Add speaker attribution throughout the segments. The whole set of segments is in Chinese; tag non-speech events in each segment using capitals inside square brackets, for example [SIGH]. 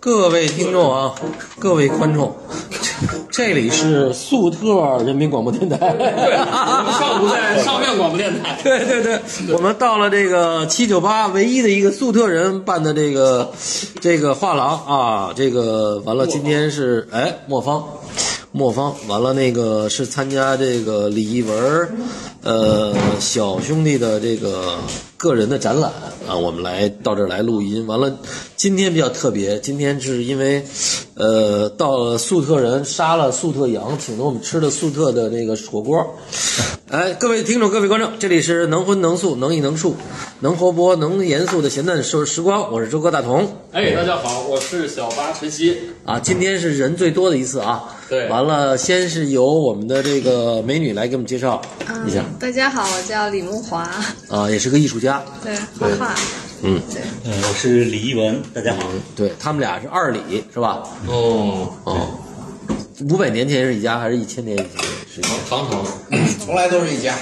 Speaker 1: 各位听众啊，各位观众， [LAUGHS] 这里是粟特人民广播电台。
Speaker 2: 上午在上面广播电台，
Speaker 1: 对对对， [LAUGHS] 我们到了这个七九八唯一的一个粟特人办的这个这个画廊啊，这个完了，今天是哎磨坊，磨坊完了那个是参加这个李一文儿呃小兄弟的这个个人的展览啊，我们来到这儿来录音。完了，今天比较特别，今天是因为呃到了粟特人杀了粟特羊，请了我们吃的粟特的这个火锅。哎，各位听众，各位观众，这里是能荤能素能艺能术能活泼能严肃的闲淡时时光，我是周哥大同
Speaker 2: 哎，大家好，我是小八晨曦，
Speaker 1: 啊。今天是人最多的一次啊。
Speaker 2: 对
Speaker 1: 完了，先是由我们的这个美女来给我们介绍一下
Speaker 3: 嗯，大家好，我叫李
Speaker 1: [LAUGHS]
Speaker 3: 木华，
Speaker 1: 啊，也是个艺术家。
Speaker 3: 对，画画，
Speaker 1: 嗯，
Speaker 4: 呃，我是李一文，大家好。
Speaker 1: 对他们俩是二李是吧？
Speaker 2: 哦，
Speaker 1: 哦，五百年前是一家，还是一千年以前是一家？
Speaker 2: 唐唐，
Speaker 5: 从来都是一家，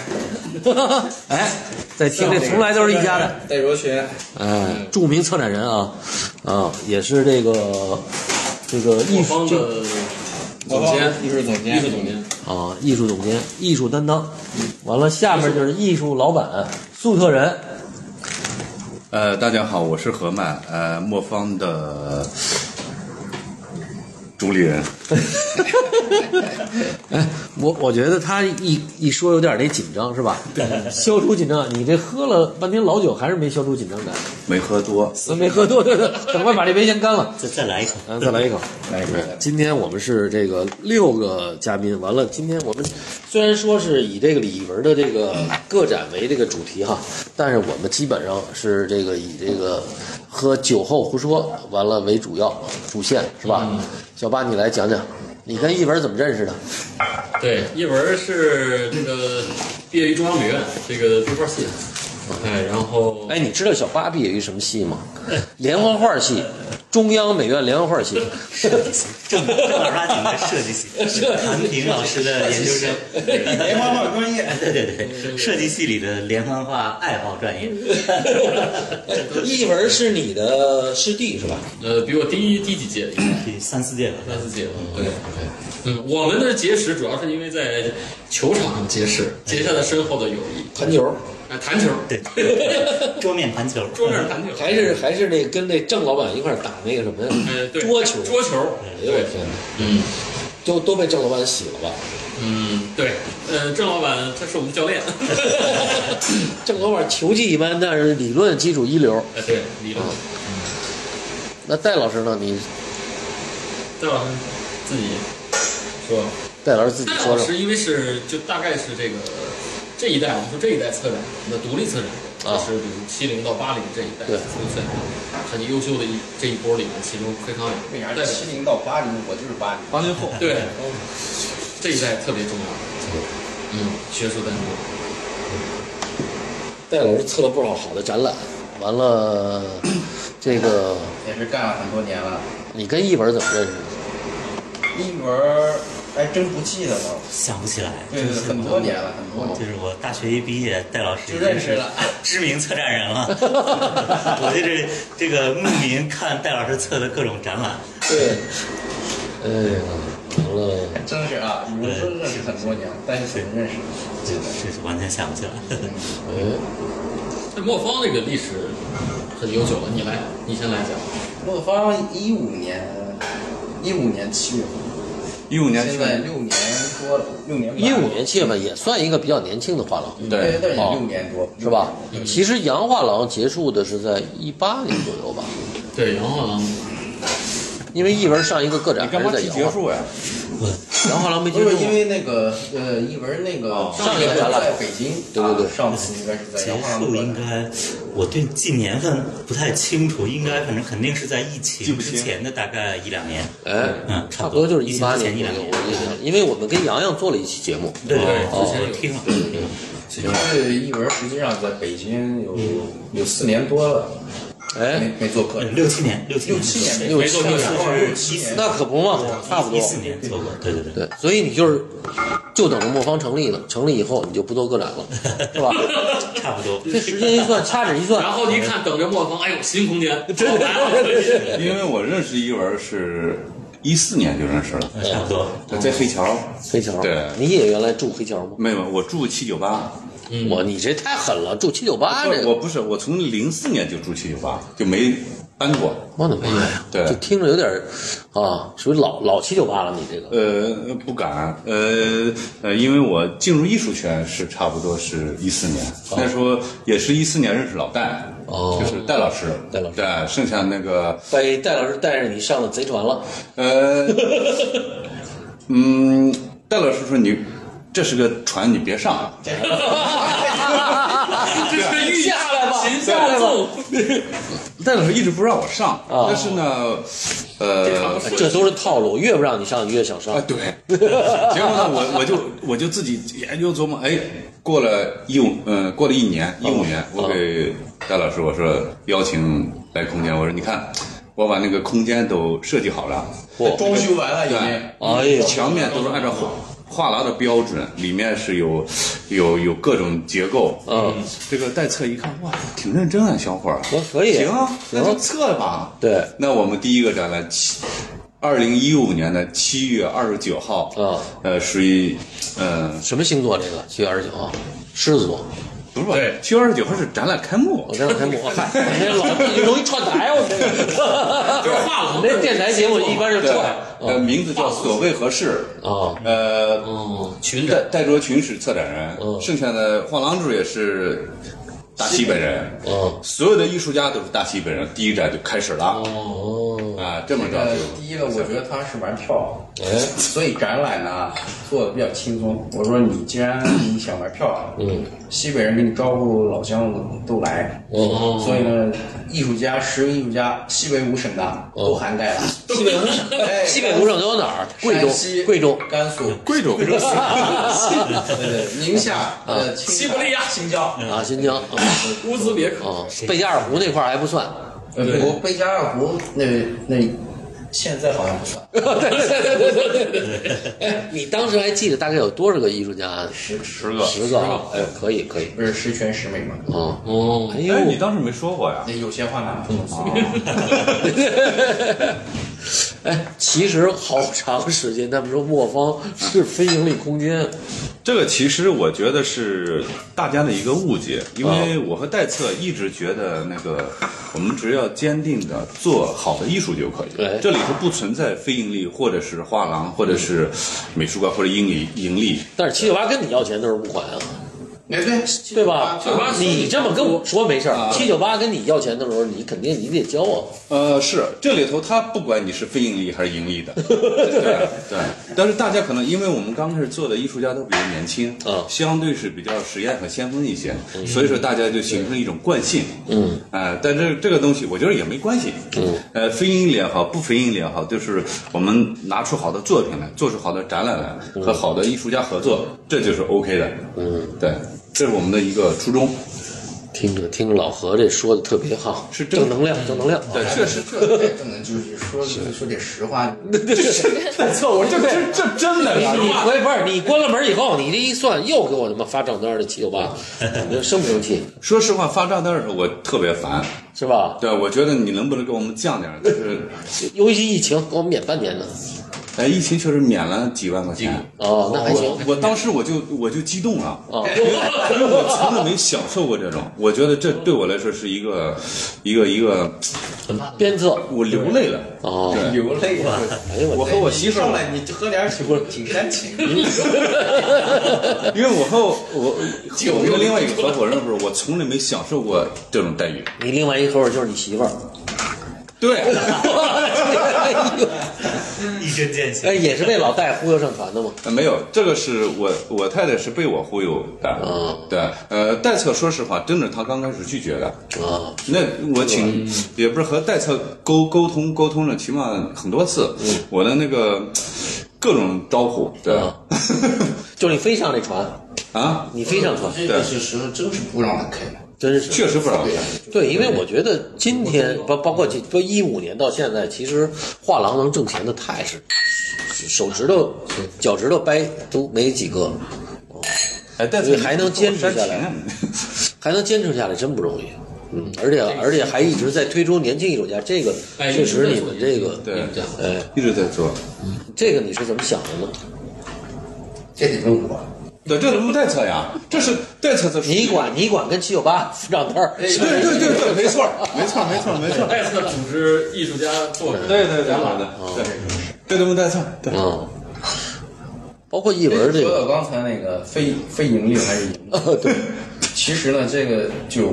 Speaker 1: [LAUGHS] 哎，在听这从来都是一家的。
Speaker 5: 戴卓群，
Speaker 1: 哎，著名策展人啊，啊，也是这个这个艺术
Speaker 2: 莫方
Speaker 1: 这
Speaker 2: 的
Speaker 5: 我
Speaker 2: 总监，
Speaker 5: 艺术总监，
Speaker 2: 艺术总监，
Speaker 1: 啊，艺术总监、艺术担当，完了下面就是艺术老板、粟特人，
Speaker 6: 呃，大家好，我是何曼，呃，磨坊的主理人。
Speaker 1: 哎，我我觉得他一一说有点那紧张是吧？ [LAUGHS] 消除紧张，你这喝了半天老酒还是没消除紧张感，
Speaker 6: 没喝多，
Speaker 1: 没喝多， [LAUGHS] 对对，赶快把这杯先干了。
Speaker 4: 再再来一口，
Speaker 1: 嗯，再来一口。
Speaker 5: 来一个，
Speaker 1: 今天我们是这个六个嘉宾，完了，今天我们虽然说是以这个李一文的这个个展为这个主题哈，但是我们基本上是这个以这个喝酒后胡说完了为主要主线是吧？小八，你来讲讲，你跟一文怎么认识的？
Speaker 2: 对，叶文是这个毕业于中央美院这个对画系，哎，然后
Speaker 1: 哎，你知道小八毕业于什么系吗？连环画系，中央美院连环画系。
Speaker 4: 正正儿八经的设计
Speaker 5: [LAUGHS]
Speaker 4: 系，谭平老师
Speaker 2: 哎
Speaker 4: 的研究生，
Speaker 5: 莲花画专业，
Speaker 4: [LAUGHS] 对对对，设计系里的连环画爱好专业。
Speaker 1: 一文是你的师弟是吧？
Speaker 2: 呃，比我低低几届，应该
Speaker 4: 第三四届吧，
Speaker 2: 三四届吧，对，嗯，我们的结识主要是因为在球场上结识，结下了深厚的友谊，
Speaker 1: 弹球。
Speaker 2: 哎，弹球，
Speaker 4: 对，桌面盘
Speaker 5: [LAUGHS]
Speaker 4: 球，
Speaker 2: 桌面弹球，
Speaker 1: 还是还是那跟那郑老板一块儿打那个什么呀？
Speaker 2: 呃，对，
Speaker 1: 桌球。
Speaker 2: 桌球，
Speaker 1: 哎呦我
Speaker 2: 对，
Speaker 1: 天，
Speaker 2: 嗯。
Speaker 1: 都都被郑老板洗了吧？
Speaker 2: 嗯，对，呃，郑老板他是我们教
Speaker 1: [LAUGHS]
Speaker 2: 练，
Speaker 1: 郑老板球技一般，但是理论基础一流。
Speaker 2: 哎，对，理论，
Speaker 1: 嗯那戴老师呢？你
Speaker 2: 戴老师自己说，
Speaker 1: 戴老师自己
Speaker 2: 戴
Speaker 1: 说
Speaker 2: 老
Speaker 1: 说。
Speaker 2: 师因为是就大概是这个这一代，我们说这一代策展，我们的独立策展，
Speaker 1: 啊
Speaker 2: 就是比如七零到八零这一代
Speaker 1: 对
Speaker 2: 独立策展，很优秀的一这一波里面，其中奎康
Speaker 5: 为
Speaker 2: 也
Speaker 5: 啥
Speaker 2: 是代表，
Speaker 5: 七零到八零，我就是八零，八零后，啊
Speaker 2: 对，这一代特别重要，嗯，学术担当，
Speaker 1: 戴老师策了不少好的展览，完了，这个
Speaker 5: 也是干了很多年了。
Speaker 1: 你跟一文怎么认识的？
Speaker 5: 一文儿还真不记得了，
Speaker 4: 想不起来，
Speaker 1: 嗯
Speaker 5: 对
Speaker 4: 真
Speaker 5: 对，
Speaker 4: 是
Speaker 5: 很多年了，很多年。
Speaker 4: 就是我大学一毕业，戴老师
Speaker 5: 就认识了，
Speaker 4: 知名策展人了。 [LAUGHS] 我就是这个慕名看戴老师策的各种展览，
Speaker 1: 对，哎呀，完了，
Speaker 5: 真是啊，你们说认识很多年，但是怎么认识的？
Speaker 4: 这这是完全想不起来。
Speaker 1: 哎，
Speaker 2: 这莫方这个历史很悠久了，你来，你先来讲，
Speaker 5: 洛方一五年，一五年七月份，
Speaker 6: 一五年去
Speaker 5: 现在六年多了，六年
Speaker 1: 一五年七月份也算一个比较年轻的画廊，
Speaker 5: 对，
Speaker 6: 对
Speaker 5: 但是
Speaker 1: 哦
Speaker 5: 也六年多
Speaker 1: 是吧？？其实洋画廊结束的是在一八年左右吧，
Speaker 2: 对，然后呢，
Speaker 1: 因为一文上一个个展
Speaker 6: 你
Speaker 1: 还
Speaker 6: 干
Speaker 1: 是
Speaker 6: 嘛
Speaker 1: 在
Speaker 6: 提
Speaker 1: 洋
Speaker 6: 结
Speaker 1: 画
Speaker 6: 束呀？
Speaker 1: 洋画廊没结
Speaker 5: 不
Speaker 1: 束
Speaker 5: 是，因为那个呃，一文那个
Speaker 1: 上一个展览
Speaker 5: 在北京，
Speaker 1: 对对对
Speaker 5: 啊上次应该是在
Speaker 4: 结
Speaker 5: 杨花
Speaker 4: 束应该，我对近年份不太清楚，应该反正肯定是在疫情之前的大概一两年。
Speaker 1: 哎，
Speaker 4: 嗯
Speaker 1: 差不多就是
Speaker 4: 疫
Speaker 1: 一
Speaker 4: 情
Speaker 1: 八
Speaker 4: 之
Speaker 1: 年
Speaker 4: 前一
Speaker 1: 左
Speaker 4: 两
Speaker 1: 右，
Speaker 4: 年
Speaker 1: 我印象，因为我们跟洋洋做了一期节目，
Speaker 4: 对对，
Speaker 2: 哦
Speaker 4: 之前有听了。
Speaker 5: 其实一文实际上在北京有
Speaker 1: 嗯
Speaker 5: 有四年多了，没
Speaker 1: 哎，
Speaker 5: 没做客
Speaker 4: 呃，，六七年，六七
Speaker 5: 六七年
Speaker 1: 六
Speaker 5: 没
Speaker 1: 七
Speaker 5: 做客，
Speaker 1: 年
Speaker 5: 然后六七年
Speaker 1: 哎那可不嘛，差不多
Speaker 4: 一。四年做过，对对对，
Speaker 1: 对，所以你就是就等着磨坊成立呢。成立以后，你就不做个展了，是吧？
Speaker 4: 差不多。
Speaker 1: 这时间一算，掐指一算
Speaker 2: 然，后一看，等着磨坊，哎呦，新空间，真的，
Speaker 6: 因为我认识一文是一四年就认识了，
Speaker 4: 嗯差不多，
Speaker 6: 在黑桥，
Speaker 1: 黑桥，
Speaker 6: 对
Speaker 1: 你也原来住黑桥吗？
Speaker 6: 没有，我住七九八，
Speaker 1: 我你这太狠了，住七九八这
Speaker 6: 不我
Speaker 1: 个，
Speaker 6: 不是，我从零四年就住七九八，就没搬过。
Speaker 1: 我的妈呀！
Speaker 6: 对
Speaker 1: 就听着有点儿啊，属于老老七九八了，你这个
Speaker 6: 呃，不敢，呃呃，因为我进入艺术圈是差不多是一四年，那时候也是一四年认识老戴，
Speaker 1: 哦
Speaker 6: 就是戴老师，
Speaker 1: 戴老师
Speaker 6: 对，剩下那个
Speaker 1: 被戴老师带着你上了贼船了， [LAUGHS]
Speaker 6: 呃，嗯，戴老师说你这是个船，你别上，
Speaker 2: 这是御下来吧，擒下纵，
Speaker 6: 戴老师一直不让我上，
Speaker 1: 哦
Speaker 6: 但是呢，
Speaker 1: 哎
Speaker 6: 呃。
Speaker 1: 这都是套路，越不让你上，你越想上
Speaker 6: 啊，。对， [LAUGHS] 结果呢，我我就我就自己研究琢磨，哎，过了一五，嗯，过了一年，一五年，我给戴老师我说邀请来空间，我说你看，我把那个空间都设计好了，
Speaker 5: 装修完了已经
Speaker 6: 对，
Speaker 1: 哎呀，
Speaker 6: 墙面都是按照画画廊的标准，里面是有有有各种结构，
Speaker 1: 嗯，
Speaker 6: 这个戴策一看，哇，挺认真啊，小伙儿，
Speaker 1: 我可以
Speaker 6: 行啊，那就
Speaker 1: 行
Speaker 6: 测了吧。
Speaker 1: 对，
Speaker 6: 那我们第一个展览七，二零一五年的七月二十九号，
Speaker 1: 啊
Speaker 6: 呃，属于，呃，
Speaker 1: 什么星座？这个七月二十九号，狮子座。
Speaker 6: 不是吧
Speaker 2: 对？
Speaker 6: 七月二十九号是展览开幕
Speaker 1: 我，这两天抹，嗨，我这老容易串台，我这个。
Speaker 2: 就是话痨
Speaker 1: 那电台节目一般是
Speaker 6: 对
Speaker 1: 串。，
Speaker 6: 呃，
Speaker 1: 嗯
Speaker 6: 名字叫所谓合适，
Speaker 1: 啊，
Speaker 6: 呃，
Speaker 2: 哦，群
Speaker 6: 戴
Speaker 2: 展，
Speaker 6: 戴卓群是策展人，
Speaker 1: 嗯
Speaker 6: 剩下的画廊主也是大西本人，
Speaker 1: 嗯，
Speaker 6: 所有的艺术家都是大西本人，第一站就开始了
Speaker 1: 哦，
Speaker 6: 啊，这么着
Speaker 5: 呃，
Speaker 6: 就
Speaker 5: 第一个，我觉得他是玩票，
Speaker 1: 哎
Speaker 5: 所以展览呢做的比较轻松。我说你既然你想玩票，啊
Speaker 1: 嗯，
Speaker 5: 西北人给你招呼老乡都来，
Speaker 1: 哦，
Speaker 5: 所以呢，艺术家、十名艺术家，西北五省的都涵盖了，
Speaker 1: 哦西北五省，
Speaker 5: 哎
Speaker 1: 西北五省都有哪儿？贵
Speaker 5: 山西、
Speaker 1: 州，贵啊州，
Speaker 5: 甘肃、
Speaker 6: 贵州，
Speaker 5: 呃宁夏、呃
Speaker 2: 西
Speaker 5: 西
Speaker 2: 伯利亚
Speaker 5: 新疆，
Speaker 1: [LAUGHS] 啊，新疆，啊
Speaker 2: 乌兹别克，
Speaker 1: 啊，贝加尔湖那块儿还不算。
Speaker 5: 呃，
Speaker 2: 对
Speaker 5: 我贝加尔湖那那现在好像不算，
Speaker 1: 对对对对对对。哎，你当时还记得大概有多少个艺术家？
Speaker 5: 十十
Speaker 6: 十个。
Speaker 1: 十个啊，哎，可以可以。
Speaker 5: 不是呃十全十美吗？
Speaker 1: 啊，
Speaker 2: 哦，
Speaker 1: 哎
Speaker 6: 哎，你
Speaker 1: 呦，
Speaker 6: 当时没说过呀
Speaker 5: 那？有些话呢不能说。
Speaker 1: [LAUGHS] 哎，其实好长时间，他们说磨坊是非盈利空间，
Speaker 6: 这个其实我觉得是大家的一个误解，因为我和戴策一直觉得那个，我们只要坚定的做好的艺术就可以
Speaker 1: 对，
Speaker 6: 这里头不存在非盈利或者是画廊或者是美术馆或者盈利盈利，
Speaker 1: 但是七九八跟你要钱都是不还啊，
Speaker 5: 哎对
Speaker 1: 对吧？
Speaker 2: 798是
Speaker 1: 你这么跟我说没事儿，七九八跟你要钱的时候，你肯定你得交啊。
Speaker 6: 呃，是这里头它不管你是非盈利还是盈 [LAUGHS] 利的，对对。但是大家可能因为我们刚开始做的艺术家都比较年轻，
Speaker 1: 嗯
Speaker 6: 相对是比较实验和先锋一些，所以说大家就形成一种惯性，嗯，啊、但这这个东西我觉得也没关系，嗯，呃，非盈利也好，不非盈利也好，就是我们拿出好的作品来，做出好的展览来，和好的艺术家合作，这就是 OK 的，嗯，哦对，这是我们的一个初衷，
Speaker 1: 听着听着，老何这说的特别好，
Speaker 6: 是正
Speaker 1: 正能量，正能量。
Speaker 6: 对，确实。
Speaker 5: 这这不能就是说说点实话，
Speaker 1: 错，我这这这真的
Speaker 2: 呀
Speaker 1: 哎你不是不是你关了门以后，你这一算又给我他妈发账单了七九八，你生不生气？
Speaker 6: 说实话，发账单的时候我特别烦，
Speaker 1: 是吧？
Speaker 6: 对，我觉得你能不能给我们降点儿？ [LAUGHS] 就是，
Speaker 1: 尤其疫情，给我免半年呢。
Speaker 6: 哎，疫情确实免了几哦万块钱。
Speaker 1: 哦，那还行
Speaker 6: 我我当时我就我就激动了，
Speaker 1: 啊。
Speaker 6: 因为我从来没享受过这种，我觉得这对我来说是一个一个一个，
Speaker 1: 鞭策
Speaker 6: 我流泪了。
Speaker 1: 哦，
Speaker 6: 对
Speaker 5: 流泪啊了。
Speaker 1: 哎呦
Speaker 6: 我
Speaker 1: 我
Speaker 6: 和我媳妇
Speaker 5: 上
Speaker 6: 儿，
Speaker 5: 来你喝点酒，挺煽情。
Speaker 6: 因为我和我我我跟另外一个合伙人的时候，我从来没享受过这种待遇。
Speaker 1: [LAUGHS] 你另外一合伙就是你媳妇儿。
Speaker 6: [LAUGHS] 对，
Speaker 1: 哎呦
Speaker 4: 一针见血
Speaker 1: 哎，。也是被老戴忽悠上船的嘛。
Speaker 6: [LAUGHS] 呃没有，这个是我我太太是被我忽悠的。
Speaker 1: 嗯
Speaker 6: 对，呃，戴策说实话，真的她刚开始拒绝的。
Speaker 1: 啊，
Speaker 6: 那我请，也不是和代策沟沟通沟通了，起码很多次，我的那个各种招呼，对吧？
Speaker 1: 就是你非上这船，
Speaker 6: 啊，
Speaker 1: 你非上船。
Speaker 5: 嗯这个是时候真是不让他开了，
Speaker 1: 真是
Speaker 6: 确实不少
Speaker 5: 对
Speaker 6: 看
Speaker 5: 呀。
Speaker 1: 对，因为我觉得今天包包括说一五年到现在，其实画廊能挣钱的太是手指头、脚趾头掰都没几个，
Speaker 6: 哎，但
Speaker 1: 所
Speaker 6: 是
Speaker 1: 以还能坚持下来还能坚持下来真不容易。嗯，而且而且还一直在推出年轻艺术家，这个
Speaker 2: 哎
Speaker 1: 确实你们这个，
Speaker 6: 对
Speaker 2: 这样
Speaker 1: 哎，
Speaker 6: 一直在做。
Speaker 1: 这个你是怎么想的呢？
Speaker 5: 这得问我。
Speaker 6: 对，这是不代测呀，这是代测的。
Speaker 1: 你管你管跟七九八 [LAUGHS] 让摊儿，
Speaker 6: 对对对对，没错，没错，没错，没错。
Speaker 2: 再次组织艺术家作品，
Speaker 6: 对对对，好的，对，这都不代测。对，
Speaker 1: 嗯，包括译文这
Speaker 5: 说到
Speaker 1: 个，
Speaker 5: 刚才那个非非盈利还是盈
Speaker 1: [LAUGHS]
Speaker 5: 利，对，其实呢，这个就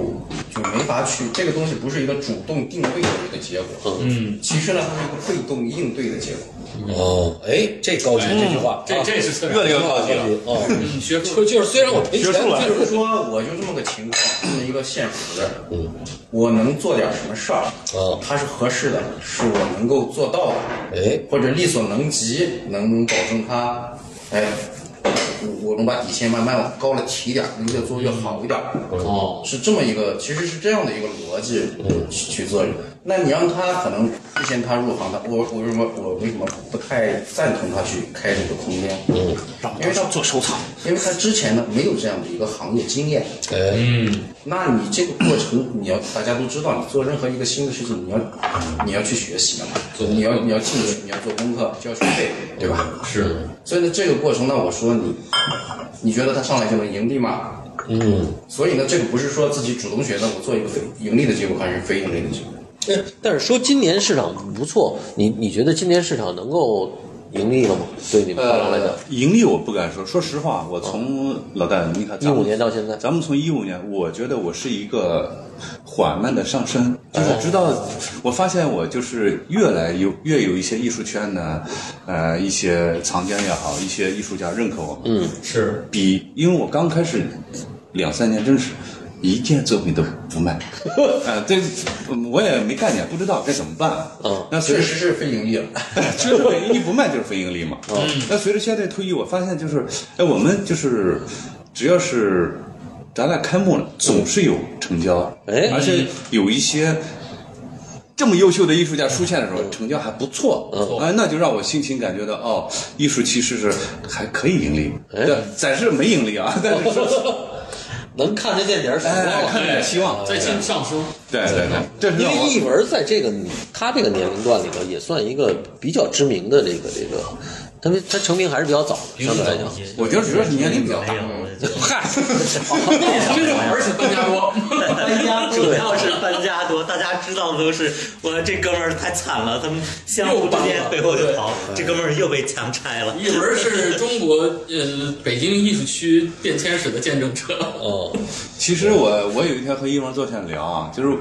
Speaker 5: 就没法去，这个东西不是一个主动定位的一个结果，嗯，其实呢，它是一个被动应对的结果。
Speaker 1: 哦，哎，这高级嗯这句话，
Speaker 2: 这这是策
Speaker 6: 越来
Speaker 2: 略
Speaker 6: 越靠近了。
Speaker 1: 哦，
Speaker 2: 嗯学术
Speaker 1: 就就是虽然我赔钱，就是
Speaker 5: 就是说，我就这么个情况，这么一个现实的，我能做点什么事儿
Speaker 1: 哦，
Speaker 5: 它是合适的，是我能够做到的，
Speaker 1: 哎，
Speaker 5: 或者力所能及，能保证它，哎，我我能把底线慢慢往高了提一点，能越做越好一点。
Speaker 2: 嗯
Speaker 1: 哦，
Speaker 5: 是这么一个，其实是这样的一个逻辑去去做。那你让他可能之前他入行，他我我为什么我为什么不太赞同他去开这个空间？嗯，因为他做收藏，因为他之前呢没有这样的一个行业经验。
Speaker 1: 哎，
Speaker 5: 那你这个过程，你要大家都知道，你做任何一个新的事情，你要你要去学习的嘛，你要你要进去，你要做功课，交学费，对吧？
Speaker 2: 是
Speaker 5: 所以呢，这个过程呢，我说你，你觉得他上来就能盈利吗？
Speaker 1: 嗯，
Speaker 5: 所以呢，这个不是说自己主动选择我做一个非盈利的结果，还是非盈利的结果。
Speaker 1: 哎但是说今年市场不错，你你觉得今年市场能够盈利了吗？对你们画廊来
Speaker 6: 呃
Speaker 1: 讲，，
Speaker 6: 盈利我不敢说，说实话，我从老大，你看咱们
Speaker 1: 15年到现在
Speaker 6: 咱们从一五年，我觉得我是一个缓慢的上升，
Speaker 1: 哎
Speaker 6: 就是直到我发现我就是越来有越有一些艺术圈呢，呃，一些藏家也好，一些艺术家认可我们，嗯，
Speaker 2: 是，
Speaker 6: 比因为我刚开始两三年真是。一件作品都不卖，啊、这嗯我也没概念，不知道该怎么办、啊。
Speaker 1: 嗯
Speaker 6: 那随
Speaker 5: 确
Speaker 6: 着
Speaker 5: 实是非盈利了，
Speaker 6: [LAUGHS] 其实对，一不卖就是非盈利嘛。那随着现在退役，我发现就是，哎，我们就是只要是展览开幕了，总是有成交，
Speaker 1: 哎
Speaker 6: 而且有一些。这么优秀的艺术家出现的时候，成交还不错，哎，那就让我心情感觉到，哦，艺术其实是还可以盈利，
Speaker 1: 哎
Speaker 6: 对，暂时没盈利啊，但是说 [LAUGHS]
Speaker 1: 能看得见点儿曙光
Speaker 6: 哎，
Speaker 1: 了。
Speaker 6: 看点希望，
Speaker 2: 在进上升，
Speaker 6: 对对对，这是
Speaker 1: 因
Speaker 6: 让我
Speaker 1: 为艺文在这个他这个年龄段里头也算一个比较知名的这个这个，他们他成名还是比较早的，相对来讲。
Speaker 6: 我觉得主要是年龄比较大
Speaker 4: 没，有就 [LAUGHS]
Speaker 1: 嗨， [LAUGHS]
Speaker 2: 这种而且搬家多，
Speaker 4: 搬家主要是搬家多，大家知道的都是哇，这哥们儿太惨了，他们相互之间背后就逃，这哥们儿又被强拆了。
Speaker 2: 一文是中国呃北京艺术区变迁史的见证
Speaker 1: [LAUGHS]
Speaker 2: 者，
Speaker 1: 哦，
Speaker 6: 其实我我有一天和叶文坐下聊啊，就是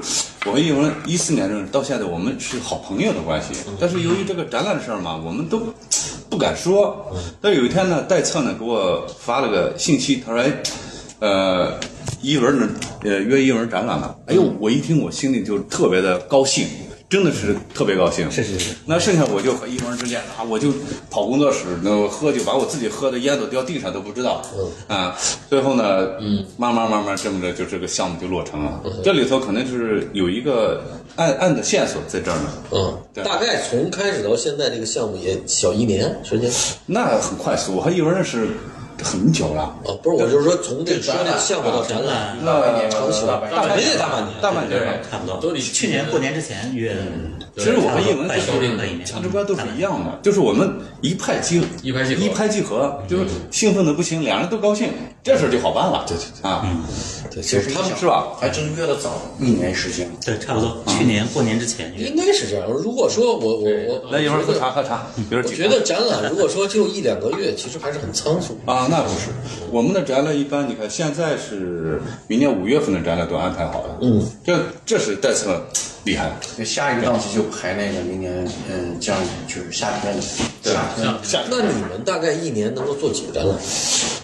Speaker 6: 我和叶文一四年认识，到现在我们是好朋友的关系。但是由于这个展览的事儿嘛，我们都不敢说。但是有一天呢，代策呢给我发了个信息，他说：“哎，呃，一文呢，呃，约一文展览了。”哎呦，我一听我心里就特别的高兴。真的是特别高兴，是是是。那剩下我就和一文之间啊，我就跑工作室，那我喝酒，把我自己喝的烟都掉地上都不知道。嗯啊，最后呢，嗯，慢慢慢慢这么着，就这个项目就落成了。这里头肯定是有一个暗暗的线索在这儿呢。
Speaker 1: 嗯，
Speaker 6: 对
Speaker 1: 大概从开始到现在这个项目也小一年时间。
Speaker 6: 那很快速，我和一文认识很久了，
Speaker 1: 啊，不是，我就是说从这个说这个项目到展览，
Speaker 6: 那
Speaker 5: 长期了
Speaker 1: 大半年大半年
Speaker 6: 大半年了。
Speaker 4: 差不多，
Speaker 2: 都得
Speaker 4: 去年过年之前约的。
Speaker 6: 其实我和叶文
Speaker 4: 半
Speaker 6: 就是
Speaker 4: 年到一年，
Speaker 6: 价值观都是一样的，就是我们一派集
Speaker 2: 一拍即合
Speaker 6: 一拍即合，就是兴奋的不行，两人都高兴，这事儿就好办了。对对对啊，
Speaker 1: 对，其
Speaker 5: 其
Speaker 1: 实
Speaker 5: 实
Speaker 1: 他们
Speaker 6: 是吧？
Speaker 5: 还真约的早一年时间，
Speaker 4: 对，差不多。去年过年之前约
Speaker 1: 应，该是这样。如果说我我我
Speaker 6: 来一会儿喝
Speaker 1: 我觉得
Speaker 6: 茶喝茶，一会儿
Speaker 1: 我
Speaker 6: 几
Speaker 1: 觉
Speaker 6: 个
Speaker 1: 得展览如果说就一两个月，其实还是很仓促。
Speaker 6: 啊，那不是我们的展览，一般你看现在是明年五月份的展览都安排好了，嗯，这这是代策厉害，
Speaker 5: [LAUGHS] 就下一个档期就排那个明年，嗯，这样就是夏天的夏天。
Speaker 6: 下
Speaker 1: 那你们大概一年能够做几个展览？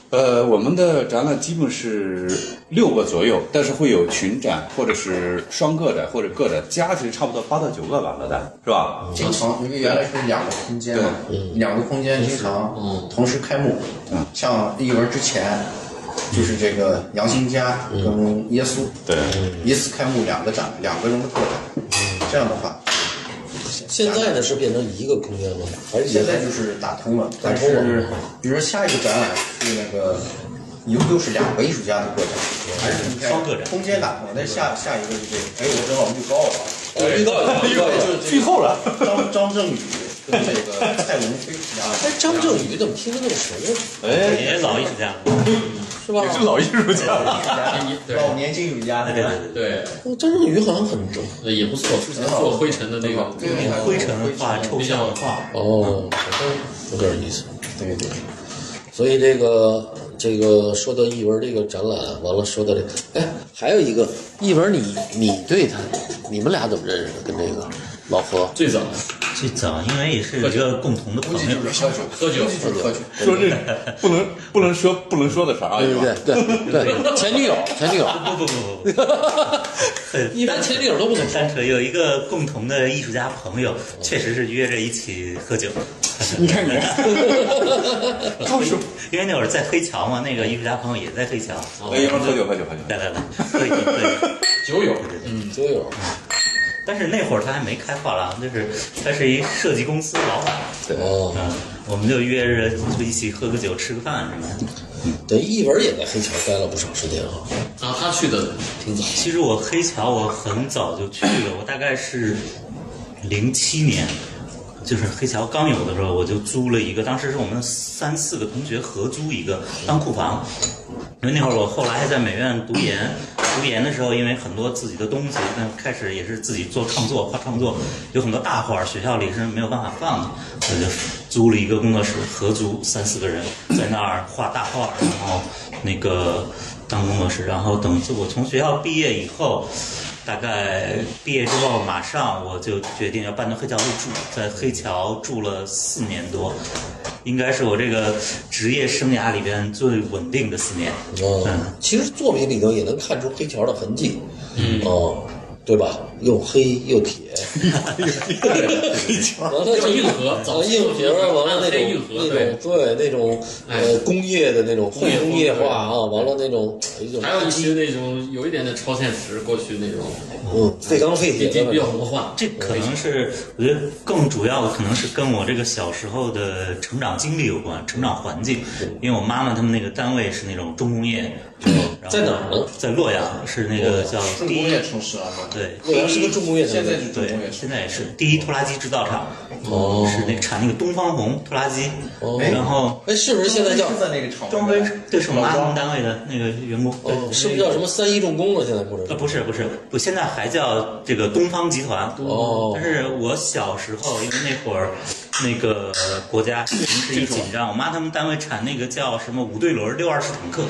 Speaker 6: 呃，我们的展览基本是六个左右，但是会有群展或者是双个展或者个展，加起来差不多八到九个吧，老大是吧？
Speaker 5: 经
Speaker 4: 嗯
Speaker 5: 常因为原来是两个空间
Speaker 4: 嗯
Speaker 5: 嘛，两个空间经常同时开幕。像一文之前，就是这个杨新家
Speaker 4: 嗯
Speaker 5: 跟耶稣，
Speaker 6: 对，
Speaker 5: 耶斯开幕两个展，两个人的特
Speaker 4: 嗯
Speaker 5: 展，这样的话，
Speaker 1: 现在呢是变成一个空间了，还是
Speaker 5: 现在就是打通了，但
Speaker 1: 通了
Speaker 4: 嗯
Speaker 5: 是比如说下一个展览是那个，又又是两个艺术家的个展，还是中间
Speaker 4: 嗯双个展嗯
Speaker 5: 空间打通了，但是下下一个就这个，哎，我正好预告了，
Speaker 1: 哦
Speaker 2: 对，预告就
Speaker 6: 剧透嗯了。
Speaker 5: 张张振宇跟这个蔡文飞两个
Speaker 4: 啊
Speaker 1: 哎，张振宇怎么听着那么熟呢？
Speaker 6: 哎，
Speaker 4: 也老艺术家了，
Speaker 1: 是吧？
Speaker 6: 是老艺术家
Speaker 5: 艺术家
Speaker 2: 对
Speaker 5: 老年艺术家，
Speaker 4: 对对对
Speaker 2: 对，
Speaker 1: 哦张振宇好像很正
Speaker 2: 呃也不错。之前做灰尘的那个，
Speaker 5: 这个厉害
Speaker 4: 对，灰尘画、抽
Speaker 2: 比
Speaker 4: 象
Speaker 2: 较
Speaker 4: 画，
Speaker 1: 哦，好像有点意思。
Speaker 5: 对对。
Speaker 1: 所以这个这个说到译文这个展览，完了说到这，哎，还有一个译文你，你对他，你们俩怎么认识的？跟这个老何，
Speaker 2: 最早
Speaker 4: 最早因为也是有一个共同的
Speaker 5: 估
Speaker 4: 朋
Speaker 5: 计
Speaker 4: 友
Speaker 5: 就，是喝酒，
Speaker 2: 喝酒
Speaker 5: 估计就是喝酒。
Speaker 6: 说这不能不能说不能说的啥啊，
Speaker 1: 对
Speaker 6: 是
Speaker 1: 对
Speaker 6: 吧？
Speaker 1: 对对对，前女友，前女友，
Speaker 4: 不不不不不，很
Speaker 1: 一般前女友都不怎么说。
Speaker 4: 单纯有一个共同的艺术家朋友，确实是约着一起喝酒。
Speaker 6: 哦 [LAUGHS] 你看你，高手。
Speaker 4: [LAUGHS] 因为那会儿在黑桥嘛，那个艺术家朋友也在黑桥。
Speaker 6: 哎，要不然喝酒喝酒喝酒。
Speaker 4: 来来来，喝一杯喝一 [LAUGHS] 杯。
Speaker 2: 酒友，
Speaker 1: 酒嗯友，
Speaker 4: 但是那会儿他还没开画廊，就是他是一设计公司老板。
Speaker 6: 对，
Speaker 1: 哦，
Speaker 4: 嗯，我们就约着就一起喝个酒、吃个饭什么的。
Speaker 1: 等于译文也在黑桥待了不少时间啊，
Speaker 2: 然后他去的
Speaker 1: 挺早。
Speaker 4: 其实我黑桥我很早就去了，我大概是零七年，就是黑桥刚有的时候，我就租了一个，当时是我们三四个同学合租一个当库房，因为那会儿我后来还在美院读研，读研的时候因为很多自己的东西，那开始也是自己做创作、画创作，有很多大画儿学校里是没有办法放的，我就租了一个工作室，合租三四个人在那儿画大画儿，然后那个当工作室，然后等我从学校毕业以后。大概毕业之后，马上我就决定要搬到黑桥去住，在黑桥住了四年多，应该是我这个职业生涯里边最稳定的四年。
Speaker 1: 嗯，其实作品里头也能看出黑条的痕迹，嗯，哦，对吧？又黑 [LAUGHS] 又铁， [LAUGHS] 完了
Speaker 2: 又硬核早期
Speaker 1: 硬核，完了那
Speaker 2: 暗
Speaker 1: 种
Speaker 2: 黑硬核
Speaker 1: 那种对那种呃工业的那种后
Speaker 2: 工业风
Speaker 1: 工业化啊，完了那种一种
Speaker 2: 还有一些那种有一点点超现实，过去那种
Speaker 1: 嗯废钢废
Speaker 2: 比
Speaker 1: 铁
Speaker 2: 比
Speaker 1: 的
Speaker 2: 比较魔幻。
Speaker 4: 这可能是我觉得更主要的，可能是跟我这个小时候的成长经历有关，成长环境。因为我妈妈他们那个单位是那种重工业，然后
Speaker 1: 嗯在哪儿呢？
Speaker 4: 在洛阳，是那个叫
Speaker 5: 重工
Speaker 4: 第一
Speaker 5: 业城市啊，
Speaker 4: 对
Speaker 1: 洛阳是个重工业城
Speaker 5: 现在
Speaker 1: 市，
Speaker 5: 是重
Speaker 4: 对
Speaker 5: 工业，城
Speaker 4: 现
Speaker 5: 市。
Speaker 4: 在也是第一拖拉机制造厂，
Speaker 1: 哦
Speaker 4: 是那个产那个东方红拖拉机，
Speaker 1: 哦
Speaker 4: 然后
Speaker 1: 哎，是不是现在叫
Speaker 5: 是在那个厂
Speaker 4: 庄
Speaker 5: 里
Speaker 4: 飞
Speaker 5: 面
Speaker 4: 对是我妈
Speaker 5: 老
Speaker 4: 他
Speaker 5: 庄
Speaker 4: 们单位的那个员工，对
Speaker 1: 哦，是不是叫什么三一重工了？现在不是
Speaker 4: 呃，不是不是，我现在还叫这个东方集团。
Speaker 1: 哦
Speaker 4: 嗯但是我小时候，因为那会儿那个国家形势一紧张，我妈他们单位产那个叫什么五对轮六二式坦克、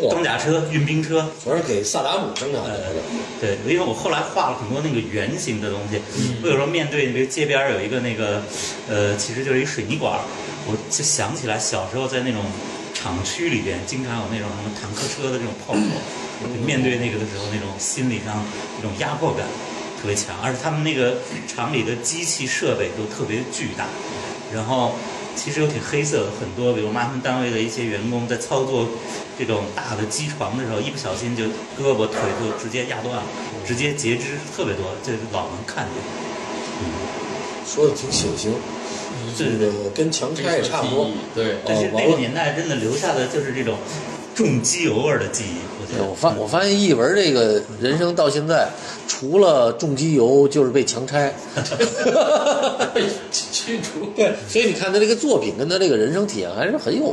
Speaker 1: 哇
Speaker 4: 装甲车、运兵车，
Speaker 1: 全是给萨达姆生产的，
Speaker 4: 哎对，因为我后来画了很多那个圆形的东西，我有时候面对那个街边儿有一个那个，呃，其实就是一水泥管儿，我就想起来小时候在那种厂区里边，经常有那种什么坦克车的这种炮火，就面对那个的时候，那种心理上那种压迫感特别强，而且他们那个厂里的机器设备都特别巨大，然后其实有挺黑色的，很多比如妈他们单位的一些员工在操作这种大的机床的时候，一不小心就胳膊腿就直接压断了，直接截肢特别多，这老能看见。
Speaker 1: 说的挺血腥，这
Speaker 4: 这
Speaker 1: 个跟强拆也差不
Speaker 2: 哎
Speaker 1: 多。。
Speaker 2: 对，
Speaker 4: 但是
Speaker 1: 哦
Speaker 4: 那
Speaker 1: 完了
Speaker 4: 个年代真的留下的就是这种重机油味儿的记忆，我觉
Speaker 1: 对我
Speaker 4: 得。
Speaker 1: 发我发现译文这个人生到现在，除了重机油就是被强拆，
Speaker 2: 被驱逐。
Speaker 1: 对，所以你看他这个作品跟他这个人生体验还是很有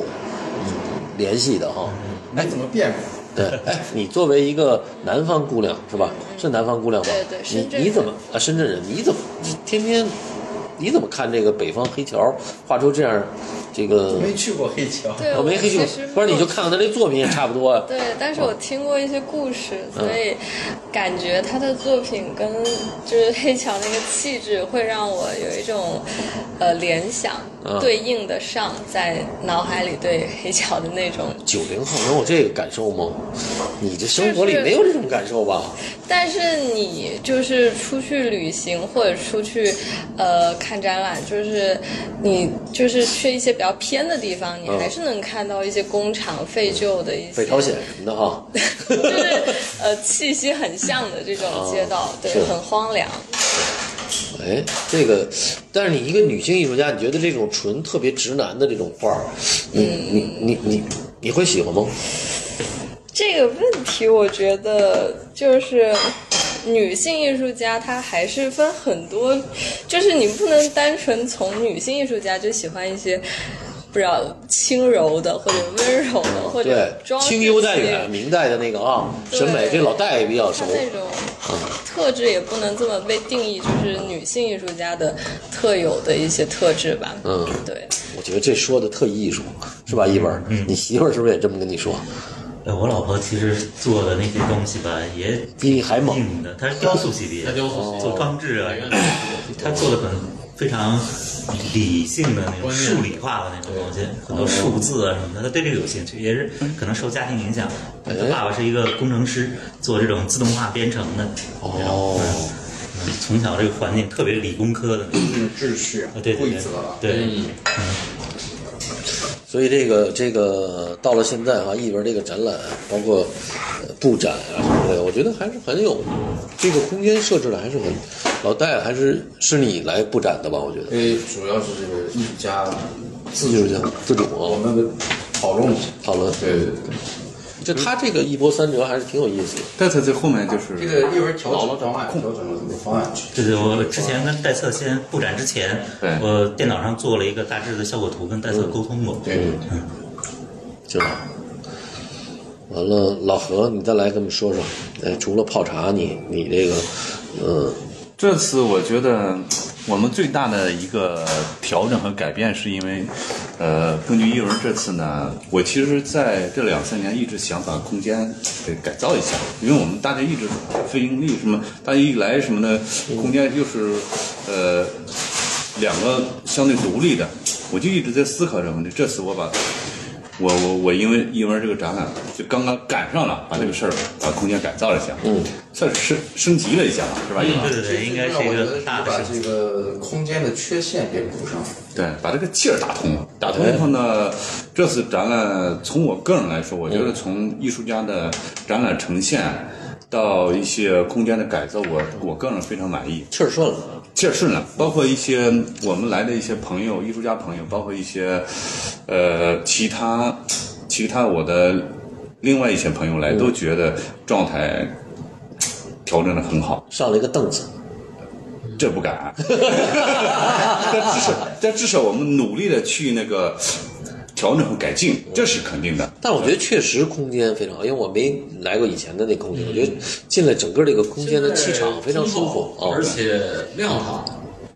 Speaker 1: 嗯联系的哈。
Speaker 5: 没怎么变过。
Speaker 1: 对，哎，你作为一个南方姑娘是吧？是南方姑娘吧？
Speaker 3: 对对深圳
Speaker 1: 你你
Speaker 3: 人
Speaker 1: 怎么啊？深圳人，你怎么你天天你怎么看这个北方黑桥画出这样这个？
Speaker 5: 没去过黑桥，
Speaker 3: 对，
Speaker 1: 我哦没黑去过
Speaker 3: 其实，
Speaker 1: 不是你就
Speaker 3: 没有
Speaker 1: 看看他这作品也差不多啊。
Speaker 3: 对，但是我听过一些故事，
Speaker 1: 嗯
Speaker 3: 所以感觉他的作品跟就是黑桥那个气质，会让我有一种呃联想
Speaker 1: 嗯，
Speaker 3: 对应得上在脑海里对黑桥的那种。
Speaker 1: 九零后能有这个感受吗？你这生活里
Speaker 3: 就是
Speaker 1: 没有这种感受吧？
Speaker 3: 但是你就是出去旅行或者出去呃看展览，就是你就是去一些比较偏的地方，你还是能看到一些工厂废旧的一些，
Speaker 1: 北朝鲜什么的哈，
Speaker 3: [LAUGHS] 就是呃气息很像的这种街道，对
Speaker 1: 是，
Speaker 3: 很荒凉。
Speaker 1: 哎，这个，但是你一个女性艺术家，你觉得这种纯特别直男的这种画儿，你
Speaker 3: 嗯
Speaker 1: 你你你你会喜欢吗？
Speaker 3: 这个问题，我觉得就是女性艺术家，她还是分很多，就是你不能单纯从女性艺术家就喜欢一些。不知道轻柔的，或者温柔的，或
Speaker 1: 对
Speaker 3: 者，装饰
Speaker 1: 清幽待
Speaker 3: 性
Speaker 1: 远，明代的那个啊，
Speaker 3: 对
Speaker 1: 审美，这老戴也比较熟啊
Speaker 3: 她。那种特质也不能这么被定义，就是女性艺术家的特有的一些特质吧。
Speaker 1: 嗯，
Speaker 3: 对，
Speaker 1: 我觉得这说的特艺术，是吧，一本？你媳妇儿是不是也这么跟你说？
Speaker 4: 呃，我老婆其实做的那些东西吧，也
Speaker 1: 比你还猛
Speaker 4: 硬的。她是雕塑系列，
Speaker 2: 她雕塑系列
Speaker 4: 做装置啊
Speaker 2: 美院，
Speaker 4: 她做的很非常理性的那种
Speaker 2: 观念
Speaker 4: 数理化的那种东西，很多数字啊什么的，她对这个有兴趣，也是可能受家庭影响。她爸爸是一个工程师，做这种自动化编程的。
Speaker 1: 哦
Speaker 4: 嗯，从小这个环境特别理工科的，
Speaker 5: 嗯秩序啊
Speaker 4: 啊对对
Speaker 5: 规
Speaker 4: 对
Speaker 5: 则啊，
Speaker 4: 对，
Speaker 1: 所以这个这个到了现在啊，艺文这个展览，包括呃布展啊什么的，我觉得还是很有这个空间设置的，还是很老戴还是是你来布展的吧？我觉得
Speaker 5: 因为主要是这个艺术家自
Speaker 1: 艺术家自主
Speaker 5: 我
Speaker 1: 啊，
Speaker 5: 们的讨论，
Speaker 1: 讨论。
Speaker 5: 对对对，
Speaker 1: 就他这个一波三折还是挺有意思的。
Speaker 6: 但他这后面就
Speaker 5: 这
Speaker 6: 是，
Speaker 5: 个一会儿调整方案，调整了这个方案，
Speaker 4: 对对，我之前跟戴策先布展之前
Speaker 6: 对，
Speaker 4: 我电脑上做了一个大致的效果图，跟戴策沟通过。
Speaker 5: 对，
Speaker 1: 是吧？完了，老何，你再来跟我们说说，哎，除了泡茶，你你这个，嗯，
Speaker 6: 这次我觉得我们最大的一个调整和改变，是因为，呃，根据一文这次呢，我其实在这两三年一直想把空间给改造一下，因为我们大家一直非盈利什么，大家一来什么的，空间又是，呃，两个相对独立的，我就一直在思考这个问题。这次我把我我我因为因为这个展览就刚刚赶上了，把这个事儿把空间改造了一下，嗯，算是升升级了一下吧，是吧？一文
Speaker 4: 嗯对对对，应该是一
Speaker 5: 我觉
Speaker 4: 个
Speaker 5: 得
Speaker 4: 很
Speaker 5: 是
Speaker 4: 大的
Speaker 5: 把
Speaker 4: 事情。
Speaker 5: 这个空间的缺陷给补上。
Speaker 6: 对，把这个气儿打通了。打通以后呢，这次展览从我个人来说，我觉得从艺术家的展览呈现到一些空间的改造，我我个人非常满意。
Speaker 1: 气儿顺了，
Speaker 6: 气儿顺了，包括一些我们来的一些朋友、艺术家朋友，包括一些呃其他其他我的另外一些朋友来，都觉得状态调整的很好。
Speaker 1: 上了一个凳子，
Speaker 6: 这不敢，但至少但至少我们努力的去那个调整和改进，这是肯定的。
Speaker 1: 但我觉得确实空间非常好，因为我没来过以前的那空间，我觉得进来整个这个空间的气场非常舒服啊
Speaker 2: 而，且亮堂，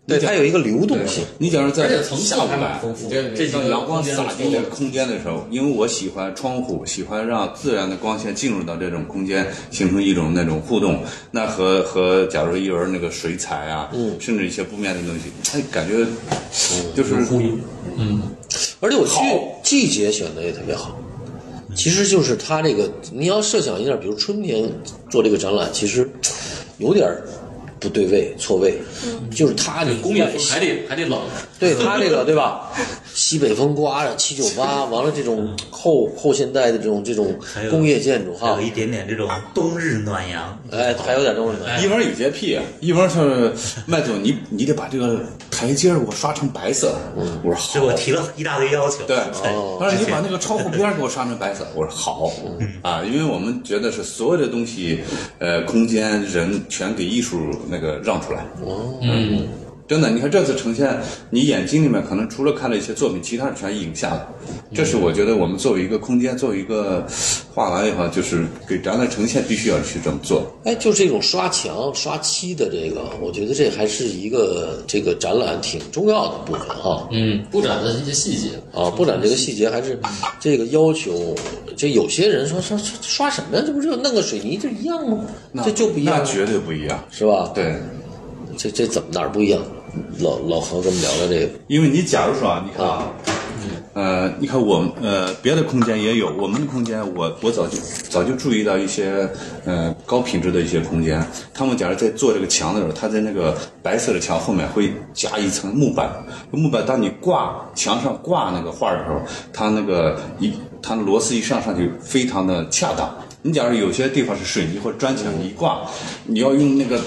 Speaker 1: 对，它有一个流动性，
Speaker 6: 你假如在
Speaker 2: 而且层次
Speaker 6: 下午
Speaker 2: 还蛮
Speaker 6: 来，
Speaker 2: 丰富。
Speaker 5: 对
Speaker 2: 这几
Speaker 6: 当
Speaker 2: 个
Speaker 6: 阳光
Speaker 2: 空间
Speaker 6: 洒
Speaker 2: 的
Speaker 6: 进这个空间的时候，因为我喜欢窗户，喜欢让自然的光线进入到这种空间，形成一种那种互动。那和和假如一轮那个水彩啊，甚至一些布面的东西，哎，感觉就是呼应。
Speaker 1: 而且我去季节选的也特别好。其实就是它这个，你要设想一下，比如春天做这个展览，其实有点儿不对位、错位，就是它你
Speaker 2: 工业风还得还得冷，
Speaker 1: 对他这个对吧？西北风刮着，七九八，完了这种后后现代的这种这种
Speaker 4: 还有
Speaker 1: 工业建筑哈
Speaker 4: 还有，一点点这种啊嗯冬日暖阳，
Speaker 1: 哎，还有点东西。
Speaker 6: 一文有洁癖，一文是麦总，你你得把这个台阶儿给我刷成白色。我说
Speaker 4: 这
Speaker 6: 好，
Speaker 4: 我提了一大堆要求。
Speaker 6: 对，
Speaker 4: 在
Speaker 1: 哦
Speaker 6: 他说你把那个窗户边儿给我刷成白色，我说好，啊，因为我们觉得是所有的东西，呃，空间、人全给艺术那个让出来。
Speaker 2: 嗯，
Speaker 6: 真的，你看这次呈现，你眼睛里面可能除了看了一些作品，其他全影下来。这是我觉得我们作为一个空间，作为一个画廊也好，就是给展览呈现必须要去这么做。
Speaker 1: 哎，就这种刷墙、刷漆的这个，我觉得这还是一个这个展览挺重要的部分哈。
Speaker 2: 嗯，布展的一些
Speaker 1: [LAUGHS]
Speaker 2: 细节哦
Speaker 1: 啊，布展这个细节还是这个要求，这有些人说说说刷什么呀？这不就弄个水泥就一样吗？这就不一样
Speaker 6: 那，绝对不一样。
Speaker 1: 是吧？，
Speaker 6: 对，
Speaker 1: 这这怎么哪儿不一样？老老何，跟我们聊聊这个。
Speaker 6: 因为你假如说啊，你看啊，嗯、呃，你看我们呃别的空间也有，我们的空间我我早就早就注意到一些呃高品质的一些空间，他们假如在做这个墙的时候，他在那个白色的墙后面会加一层木板，木板当你挂墙上挂那个画的时候，它那个一它的螺丝一上上去非常的恰当。你假如有些地方是水泥或砖墙，你一挂，你要用那个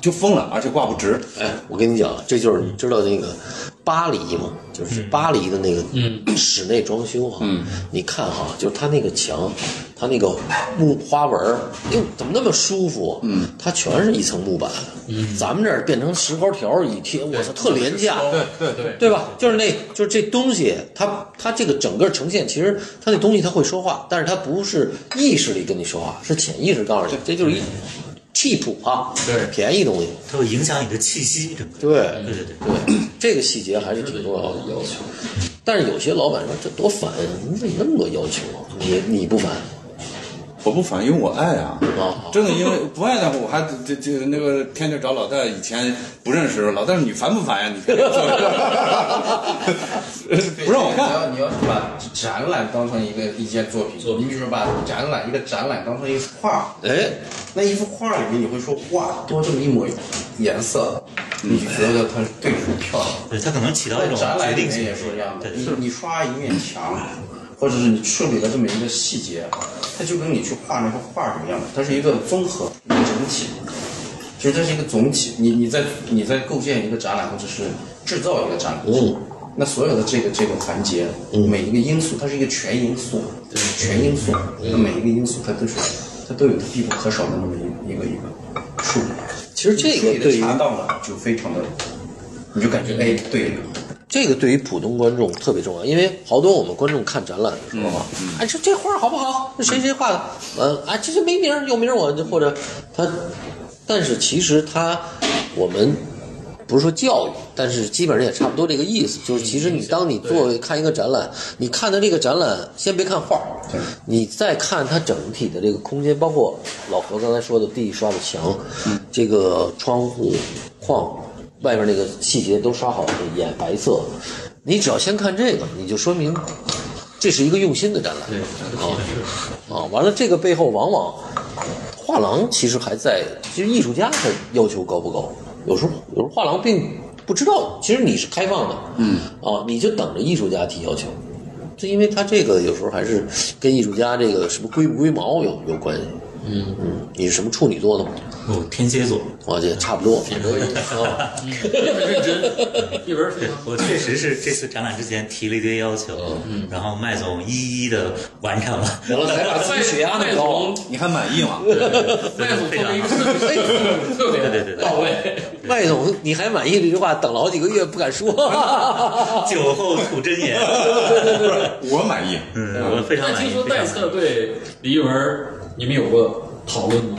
Speaker 6: 就疯了，而且挂不直。
Speaker 1: 哎，我跟你讲，这就是
Speaker 2: 嗯
Speaker 1: 你知道那个巴黎嘛，就是巴黎的那个
Speaker 2: 嗯
Speaker 1: 室内装修哈、你看哈、就是它那个墙，它那个木花纹儿，哟，怎么那么舒服？嗯，它全是一层木板。嗯，咱们这儿变成石膏条儿一贴，我操，特廉价。
Speaker 2: 对对
Speaker 1: 对吧？就是那，就是这东西，它它这个整个呈现，其实它那东西它会说话，但是它不是意识里跟你说话，是潜意识告诉你，这就是一 cheap 啊，
Speaker 2: 对
Speaker 1: 便宜东西。
Speaker 4: 它会影响你的气息，整个。
Speaker 1: 对
Speaker 4: 对对对，
Speaker 1: 对，这个细节还是挺重要的要求。但是有些老板说这多烦，你怎么那么多要求啊？你你不烦
Speaker 6: 我不反，因为我爱啊。
Speaker 1: 啊？
Speaker 6: 真的，因为不爱的话，我还这这那个天天找老戴，以前不认识的时候老戴说你烦 [LAUGHS] 不烦呀？你不让我
Speaker 5: 你
Speaker 6: 干。
Speaker 5: 要你要是把展览当成一个一件作品，你比如说把展览一个展览当成一幅画，
Speaker 1: 哎，
Speaker 5: 那一幅画里面你会说哇，多这么一抹颜色，
Speaker 6: 嗯
Speaker 5: 你觉得它对是漂亮。
Speaker 4: 对它可能起到一
Speaker 5: 在
Speaker 4: 种
Speaker 5: 展览
Speaker 4: 决
Speaker 5: 里
Speaker 4: 定
Speaker 5: 面
Speaker 4: 性
Speaker 5: 也是一样的，
Speaker 4: 对，
Speaker 5: 你你刷一面墙，或者是你处理了这么一个细节，它就跟你去画那幅画是一样的，它是一个综合一个整体。其实它是一个总体，你你在你在构建一个展览或者是制造一个展览，
Speaker 1: 嗯，
Speaker 5: 那所有的这个这个环节，
Speaker 4: 嗯
Speaker 5: 每一个因素它是一个全因素，全因素，
Speaker 4: 嗯
Speaker 5: 那每一个因素它都是它都有它必不可少的那么一一个一个处理。
Speaker 1: 其实这个
Speaker 5: 你处
Speaker 1: 对
Speaker 5: 理
Speaker 1: 于
Speaker 5: 的恰当了，就非常的，你就感觉哎对了。
Speaker 1: 这个对于普通观众特别重要，因为好多我们观众看展览的时候啊，哎，说这画好不好？这谁谁画的？嗯，啊，这这没名儿，有名儿我就或者他，但是其实他我们不是说教育，但是基本上也差不多这个意思。就是其实你当你作为看一个展览，你看的这个展览，先别看画儿，你再看它整体的这个空间，包括老何刚才说的地刷的墙，这个窗户框。外边那个细节都刷好了，眼白色。你只要先看这个，你就说明这是一个用心的展览。对，啊，完了这个背后往往画廊其实还在，其实艺术家他要求高不高？有时候有时候画廊并不知道，其实你是开放的，嗯，啊，你就等着艺术家提要求。就因为他这个有时候还是跟艺术家这个什么龟不龟毛有有关系。嗯嗯，你是什么处女座的吗？
Speaker 4: 我哦天蝎座，
Speaker 1: 啊，这差不多，反正 [LAUGHS] 也啊。[LAUGHS]
Speaker 2: 认真，一文非常
Speaker 4: 我确实是这次展览之前提了一堆要求，
Speaker 5: 哦嗯
Speaker 4: 然后麦总一一的完成了。 [LAUGHS]
Speaker 1: 完了还把自己血压弄高啊了。
Speaker 6: 你还满 [LAUGHS] 意吗？
Speaker 2: 麦总
Speaker 4: 非
Speaker 2: 做
Speaker 4: 常
Speaker 2: 了一个
Speaker 4: 好
Speaker 2: 特别 [LAUGHS] 特别
Speaker 4: 对对对对
Speaker 2: 到位，
Speaker 1: 麦总，你还满意这句话？等了好几个月不敢说。
Speaker 4: 酒后吐真
Speaker 5: [LAUGHS]
Speaker 4: 言，
Speaker 6: 我满意。
Speaker 4: 嗯，我非常
Speaker 2: 那
Speaker 4: 满
Speaker 2: 听
Speaker 4: 意。
Speaker 2: 说
Speaker 4: 非
Speaker 2: 代
Speaker 4: 常
Speaker 2: 测对李一文，你们有过讨论吗？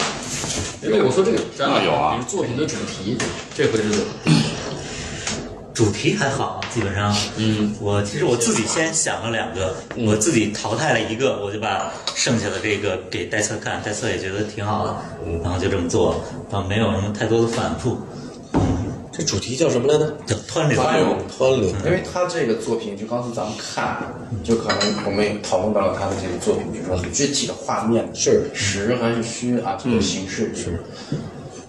Speaker 2: 因为我说这个展览
Speaker 6: 那有啊
Speaker 2: 比如作品的主题，这回是怎么？
Speaker 4: 主题还好，基本上，嗯，我其实我自己先想了两个，我自己淘汰了一个，我就把剩下的这个给戴策看，戴策也觉得挺好的，然后就这么做，啊，没有什么太多的反复，
Speaker 1: [LAUGHS] 这主题叫什么来着？
Speaker 4: 就湍流。
Speaker 1: 湍流。
Speaker 5: 因为他这个作品，就刚才咱们看，就可能我们也讨论到了他的这个作品，比如说很具体的画面
Speaker 1: 是
Speaker 5: 实还是虚啊，这个形式是。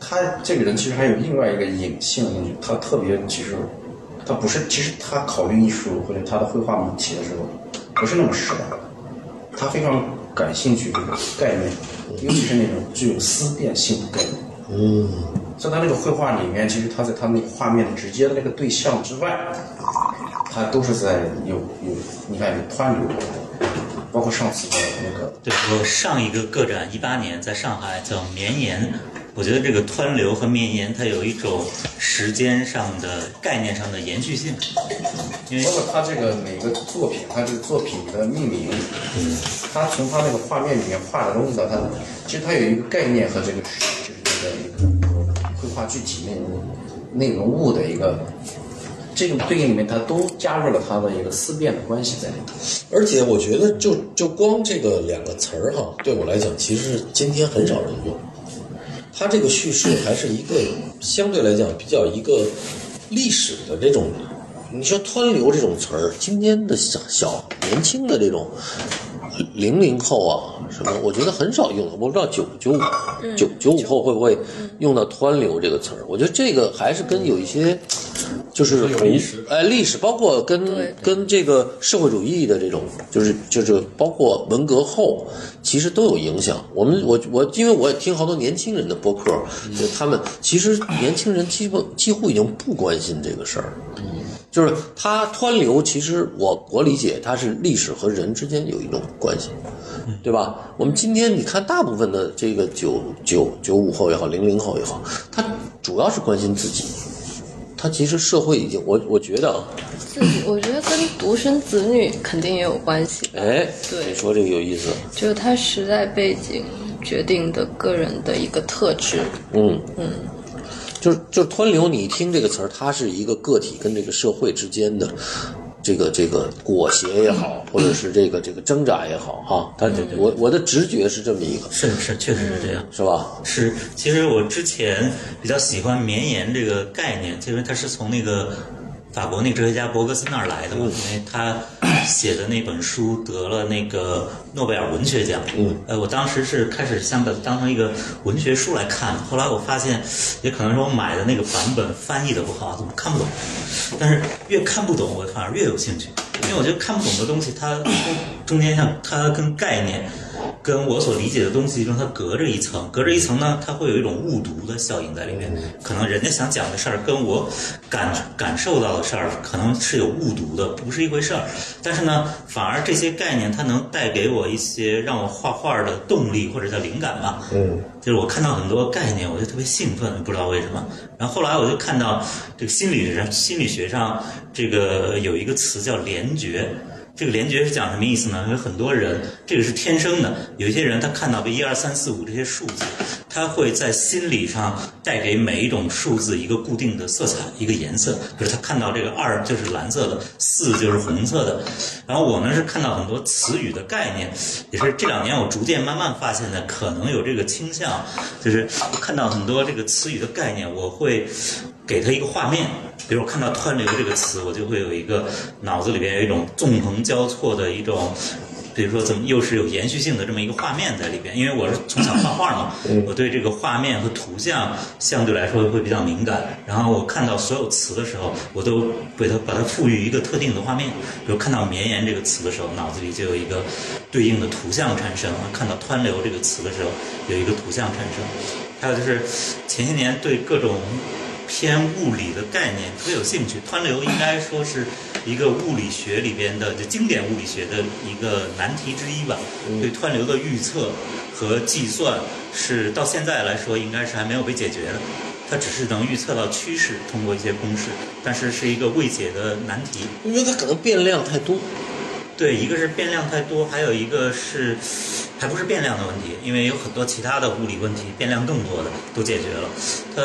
Speaker 5: 他这个人其实还有另外一个隐性的东西，他特别其实他不是，其实他考虑艺术或者他的绘画命题的时候，不是那么实在的，他非常感兴趣这个概念，尤其是那种具有思辨性的概念。像他那个绘画里面，其实他在他那个画面直接的那个对象之外，他都是在有有，你看有湍流，包括上次的那个，
Speaker 4: 对我上一个个展，一八年在上海叫绵延，我觉得这个湍流和绵延，它有一种时间上的概念上的延续性，因为
Speaker 5: 包括他这个每个作品，他这个作品的命名，他从他那个画面里面画的东西到他，其实他有一个概念和这个就是那个那个绘画具体内容内容物的一个。这个对应里面，他都加入了他的一个思辨的关系在里头。
Speaker 1: 而且我觉得就，就光这个两个词儿哈，对我来讲，其实是今天很少人用。它这个叙事还是一个相对来讲比较一个历史的这种你说“湍流”这种词儿，今天的小小年轻的这种零零后啊，什么，我觉得很少用了。我不知道九九五九九五后会不会用到“湍流”这个词儿。我觉得这个还是跟有一些就是
Speaker 2: 有
Speaker 1: 同
Speaker 2: 历史
Speaker 1: 哎历史，包括跟跟这个社会主义的这种，就是就是包括文革后，其实都有影响。我们我我因为我也听好多年轻人的播客，就他们其实年轻人几乎几乎已经不关心这个事儿。就是它湍流，其实我我理解它是历史和人之间有一种关系，对吧？我们今天你看，大部分的这个九九九五后也好，零零后也好，他主要是关心自己。他其实社会已经，我我觉得啊，
Speaker 3: 自己我觉得跟独生子女肯定也有关系，
Speaker 1: 哎，
Speaker 3: 对
Speaker 1: 你说这个有意思，
Speaker 3: 就是他时代背景决定的个人的一个特质。
Speaker 1: 嗯嗯，就是就是湍流，你一听这个词儿，它是一个个体跟这个社会之间的这个这个裹挟也好，或者是这个这个挣扎也好，哈，它我我的直觉是这么一个，
Speaker 4: 是是，确实是这样。
Speaker 1: 是吧？
Speaker 4: 是，其实我之前比较喜欢绵延这个概念，因为它是从那个法国那个哲学家伯格森那儿来的嘛，因为他写的那本书得了那个诺贝尔文学奖。嗯，呃，我当时是开始像把它当成一个文学书来看，后来我发现，也可能是我买的那个版本翻译的不好，怎么看不懂？但是越看不懂，我反而越有兴趣，因为我觉得看不懂的东西，它中中间像它跟概念。跟我所理解的东西中，它隔着一层，隔着一层呢，它会有一种误读的效应在里面。可能人家想讲的事儿，跟我感感受到的事儿，可能是有误读的，不是一回事儿。但是呢，反而这些概念，它能带给我一些让我画画的动力或者叫灵感吧。嗯，就是我看到很多概念，我就特别兴奋，不知道为什么。然后后来我就看到这个心理学上，心理学上这个有一个词叫联觉。这个联觉是讲什么意思呢？有很多人，这个是天生的，有一些人他看到个一二三四五这些数字，他会在心理上带给每一种数字一个固定的色彩、一个颜色。比如他看到这个二就是蓝色的，四就是红色的。然后我呢是看到很多词语的概念，也是这两年我逐渐慢慢发现的，可能有这个倾向，就是我看到很多这个词语的概念，我会给它一个画面。比如我看到“湍流”这个词，我就会有一个脑子里边有一种纵横交错的一种，比如说怎么又是有延续性的这么一个画面在里边。因为我是从小画画嘛，我对这个画面和图像相对来说会比较敏感。然后我看到所有词的时候，我都给它把它赋予一个特定的画面。比如看到“绵延”这个词的时候，脑子里就有一个对应的图像产生；看到“湍流”这个词的时候，有一个图像产生。还有就是前些年对各种偏物理的概念特别有兴趣。湍流应该说是一个物理学里边的就经典物理学的一个难题之一吧。对湍流的预测和计算是到现在来说应该是还没有被解决的。它只是能预测到趋势，通过一些公式，但是是一个未解的难题。
Speaker 1: 因为它可能变量太多，
Speaker 4: 对，一个是变量太多，还有一个是还不是变量的问题，因为有很多其他的物理问题，变量更多的都解决了。它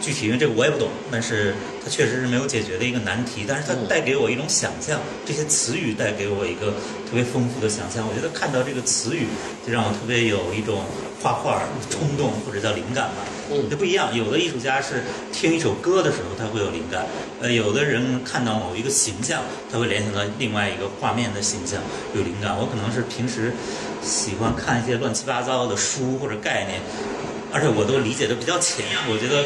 Speaker 4: 具体因为这个我也不懂，但是它确实是没有解决的一个难题。但是它带给我一种想象，这些词语带给我一个特别丰富的想象。我觉得看到这个词语，就让我特别有一种画画冲动或者叫灵感吧。嗯，这不一样。有的艺术家是听一首歌的时候他会有灵感，呃，有的人看到某一个形象，他会联想到另外一个画面的形象有灵感。我可能是平时喜欢看一些乱七八糟的书或者概念，而且我都理解的比较浅，我觉得。